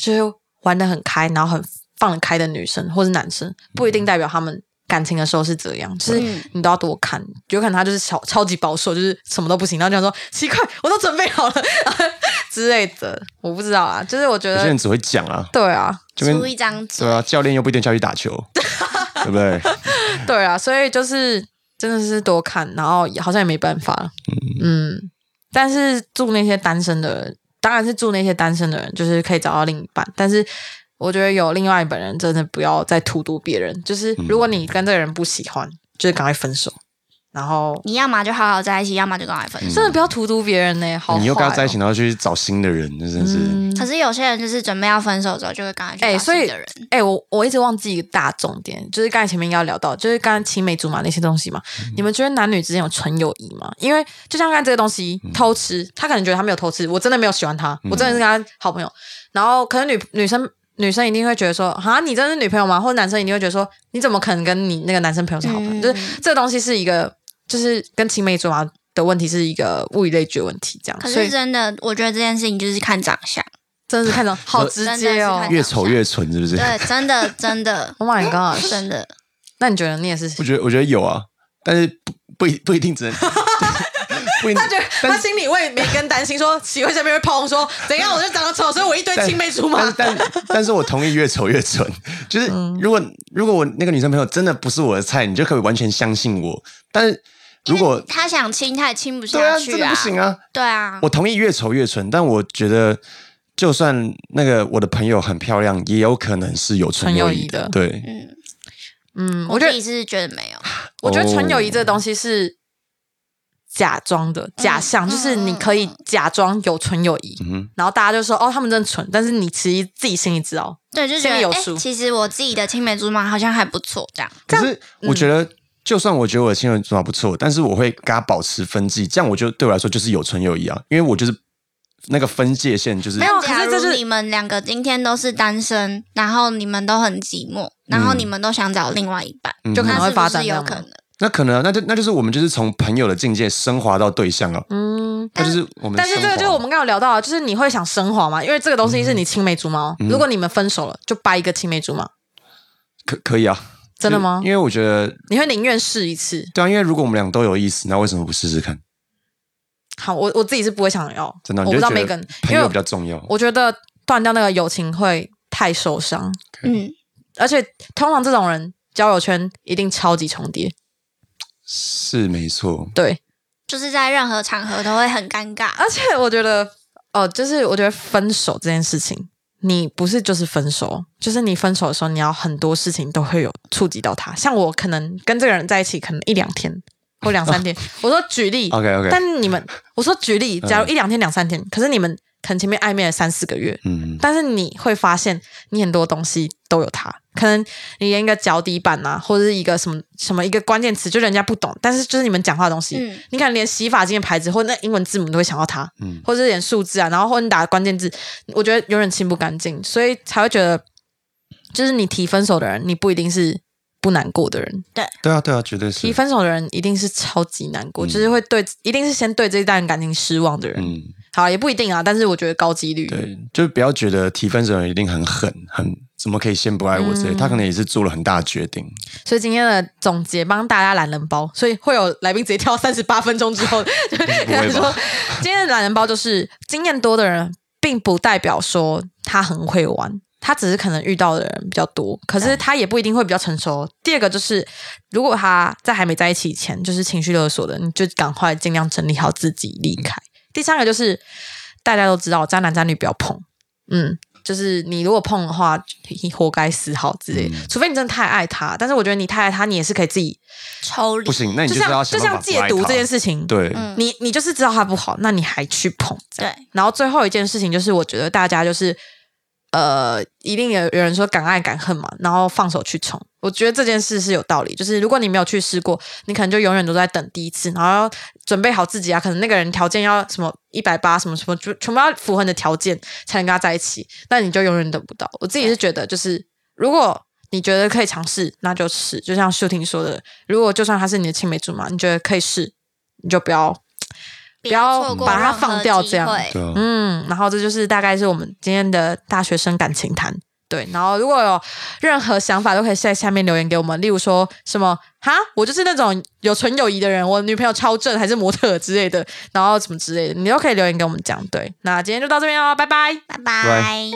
Speaker 2: 就是玩的很开，然后很放得开的女生或是男生，不
Speaker 3: 嗯
Speaker 2: 一定代表他们感情的时候是这样，就是
Speaker 4: 嗯
Speaker 2: 你都要多看，有可能他就是超超级保守，就是什么都不行，然后就想说奇怪，我都准备好了 之类的，我不知道啊，就是我觉
Speaker 3: 有些
Speaker 2: 得
Speaker 3: 人只会讲啊，
Speaker 2: 对啊，
Speaker 3: 这边
Speaker 4: 出一张嘴
Speaker 3: 对，啊，教练又不一定叫去打 球，对不对？
Speaker 2: 对啊，所以就是真的是多看，然后也好像也没办法了。嗯，但是祝那些单身的人，当然是祝那些单身的人，就是可以找到另一半。但是我觉得有另外一半人，真的不要再荼毒别人。就是如果你跟这个人不喜欢，就是赶快分手。然后
Speaker 3: 嗯
Speaker 4: 你要么就好好在一起，要么就赶快分手。
Speaker 2: 真的不要荼毒别人呢、好、哦
Speaker 3: 你又跟他在一起，。然后去找新的人，那真是、
Speaker 2: 嗯，
Speaker 4: 可是有些人就是准备要分手之后，就会赶快去
Speaker 2: 哎
Speaker 4: 找
Speaker 2: 所以
Speaker 4: 新的人。
Speaker 2: 哎、我我一直忘记一个大重点，就是刚才前面应该有聊到，就是刚才青梅竹马那些东西嘛。你们觉得男女之间有纯友谊吗？因为就像刚才这个东西偷吃，他可能觉得他没有偷吃，我真的没有喜欢他，我真的是跟他好朋友。然后可能女女生女生一定会觉得说，啊，你真的是女朋友吗？或者男生一定会觉得说，你怎么可能跟你那个男生朋友是好朋友？
Speaker 4: 嗯
Speaker 2: 就是这个东西是一个，就是跟青梅竹马的问题是一个物以类聚的问题，这样。
Speaker 4: 可
Speaker 2: 所
Speaker 4: 是
Speaker 2: 以
Speaker 4: 真的，我觉得这件事情就是看长 相。
Speaker 2: 真的 是看到好直
Speaker 4: 真的
Speaker 2: 接
Speaker 4: 是
Speaker 2: 哦
Speaker 4: 看。
Speaker 3: 越丑越蠢，是不是？
Speaker 4: 对，真的，真的
Speaker 2: ，Oh my god！
Speaker 4: 哦 真的，
Speaker 2: 那你觉得你也是？
Speaker 3: 我觉得我觉得有啊，但是不不一不一定只能。不一 定
Speaker 2: 他觉得
Speaker 3: 但
Speaker 2: 他心里为梅根担心，说 喜欢这边会炮轰说怎样，我就长得丑，所以我一堆青梅竹马。
Speaker 3: 但但但是我同意越丑越蠢，就是如果、如果我那个女生朋友真的不是我的菜，你就可以完全相信我。但是如果
Speaker 4: 他想亲，他也亲不
Speaker 3: 对
Speaker 4: 下
Speaker 3: 啊，
Speaker 4: 去
Speaker 3: 真的不行啊，
Speaker 4: 对啊，
Speaker 3: 我同意越丑越蠢，但我觉得就算那个我的朋友很漂亮，也有可能是有纯友谊
Speaker 2: 纯
Speaker 3: 对，
Speaker 4: 嗯，
Speaker 2: 嗯，我
Speaker 4: 我
Speaker 2: 觉
Speaker 4: 自
Speaker 2: 得
Speaker 4: 己是觉得没有，
Speaker 2: 我觉得纯友谊
Speaker 3: 哦
Speaker 2: 这个东西是假装的，假象，
Speaker 4: 嗯
Speaker 2: 就是你可以假装有纯友谊，
Speaker 3: 嗯
Speaker 2: 然后大家就说哦他们真的蠢，但是你其实自己心里知道。
Speaker 4: 对，就觉
Speaker 2: 心里有
Speaker 4: 得哎、
Speaker 2: 数
Speaker 4: 其实我自己的青梅竹马好像还不错，这样。
Speaker 3: 可是我
Speaker 2: 嗯
Speaker 3: 觉得，就算我觉得我的亲人做法不错，但是我会跟他保持分际，这样我就对我来说就是有纯友谊啊，因为我就是那个分界线就是
Speaker 2: 没有嗯可
Speaker 4: 假
Speaker 2: 是这
Speaker 4: 如
Speaker 2: 是
Speaker 4: 你们两个今天都是单身，然后你们都很寂寞，然后你们都想找另外一半，
Speaker 2: 嗯
Speaker 3: 嗯
Speaker 2: 就可能
Speaker 4: 那
Speaker 2: 会
Speaker 4: 是
Speaker 2: 发
Speaker 4: 不
Speaker 2: 展
Speaker 4: 是有
Speaker 2: 这
Speaker 4: 可
Speaker 2: 样
Speaker 4: 能？
Speaker 3: 那可能、啊，那就那就是我们就是从朋友的境界升华到对象了，啊
Speaker 2: 嗯，
Speaker 3: 那就是我们
Speaker 2: 但是这
Speaker 3: 升
Speaker 2: 个
Speaker 3: 华
Speaker 2: 就是我们刚刚有聊到的，就是你会想升华嘛？因为这个东西是你青梅竹马哦，如果你们分手了，就掰一个青梅竹马，
Speaker 3: 可可以啊，
Speaker 2: 真的吗
Speaker 3: 就因为我觉得
Speaker 2: 你会宁愿试一次。
Speaker 3: 对啊，因为如果我们俩都有意思，那为什么不试试看？
Speaker 2: 好，我我自己是不会想要，
Speaker 3: 真的，
Speaker 2: 我
Speaker 3: 你
Speaker 2: 不
Speaker 3: 就
Speaker 2: 知道
Speaker 3: 觉得
Speaker 2: Megan，
Speaker 3: 朋
Speaker 2: 因为
Speaker 3: 友
Speaker 2: 我
Speaker 3: 比较重要。
Speaker 2: 我觉得断掉那个友情会太受伤，
Speaker 4: 嗯，
Speaker 2: 而且通常这种人交友圈一定超级重叠，
Speaker 3: 是没错，
Speaker 2: 对，
Speaker 4: 就是在任何场合都会很尴尬。呃
Speaker 2: 而且我觉得，哦、就是我觉得分手这件事情，你不是就是分手，就是你分手的时候，你要很多事情都会有触及到他。像我可能跟这个人在一起，可能一两天或两三天，我说举例
Speaker 3: OK，OK
Speaker 2: 但你们我说举例，假如一两天两三天，可是你们可能前面暧昧了三四个月，
Speaker 3: 嗯，
Speaker 2: 但是你会发现，你很多东西都有它，可能你连一个脚底板啊，或者是一个什么什么一个关键词，就人家不懂，但是就是你们讲话的东西，
Speaker 4: 嗯
Speaker 2: 你可能连洗发精的牌子或那英文字母都会想到它，
Speaker 3: 嗯
Speaker 2: 或者是连数字啊，然后或者你打关键字，我觉得永远清不干净，所以才会觉得，就是你提分手的人，你不一定是不难过的人，
Speaker 3: 对啊，对啊，绝对是
Speaker 2: 提。分手的人一定是超级难过，
Speaker 3: 嗯
Speaker 2: 就是会对，一定是先对这一段感情失望的人。
Speaker 3: 嗯，
Speaker 2: 好，也不一定啊，但是我觉得高几率。
Speaker 3: 对，就是不要觉得提分手的人一定很狠，很怎么可以先不爱我
Speaker 2: 嗯
Speaker 3: 之类，他可能也是做了很大的决定。
Speaker 2: 所以今天的总结帮大家懒人包，所以会有来宾直接跳三十八分钟之后，就跟他
Speaker 3: 不会
Speaker 2: 说，今天的懒人包就是经验多的人，并不代表说他很会玩。他只是可能遇到的人比较多，可是他也不一定会比较成熟。第二个就是，如果他在还没在一起前就是情绪勒索的，你就赶快尽量整理好自己离开。第三个就是，大家都知道渣男渣女不要碰，嗯，就是你如果碰的话，你活该死好之类的，
Speaker 3: 嗯
Speaker 2: 除非你真的太爱他。但是我觉得你太爱他，你也是可以自己，
Speaker 4: 抽离
Speaker 3: 不，行，那你
Speaker 2: 就
Speaker 3: 就是要
Speaker 2: 像就
Speaker 3: 想办法
Speaker 2: 像戒毒这件
Speaker 3: 事，
Speaker 2: 事情，
Speaker 3: 对，
Speaker 4: 嗯
Speaker 2: 你你就是知道他不好，那你还去碰，这样
Speaker 4: 对。
Speaker 2: 然后最后一件事情就是，我觉得大家就是。呃，一定有有人说敢爱敢恨嘛，然后放手去冲。我觉得这件事是有道理，就是如果你没有去试过，你可能就永远都在等第一次，然后要准备好自己啊。可能那个人条件要什么一百八，什么什么，就全部要符合你的条件才能跟他在一起，那你就永远等不到。我自己是觉得，就是如果你觉得可以尝试，那就试。就像秀婷说的，如果就算他是你的青梅竹马，你觉得可以试，你就不要
Speaker 4: 不
Speaker 2: 要
Speaker 4: 错过
Speaker 2: 把它
Speaker 4: 任何
Speaker 2: 放掉
Speaker 4: 机
Speaker 2: 这样
Speaker 4: 会
Speaker 3: 对啊，
Speaker 2: 嗯，然后这就是大概是我们今天的大学生感情谈。对，然后如果有任何想法，都可以在下面留言给我们。例如说什么哈，我就是那种有纯友谊的人，我女朋友超正，还是模特之类的，然后什么之类的，你都可以留言给我们讲。对，那今天就到这边哦，拜拜。
Speaker 4: 拜
Speaker 3: 拜
Speaker 4: 拜。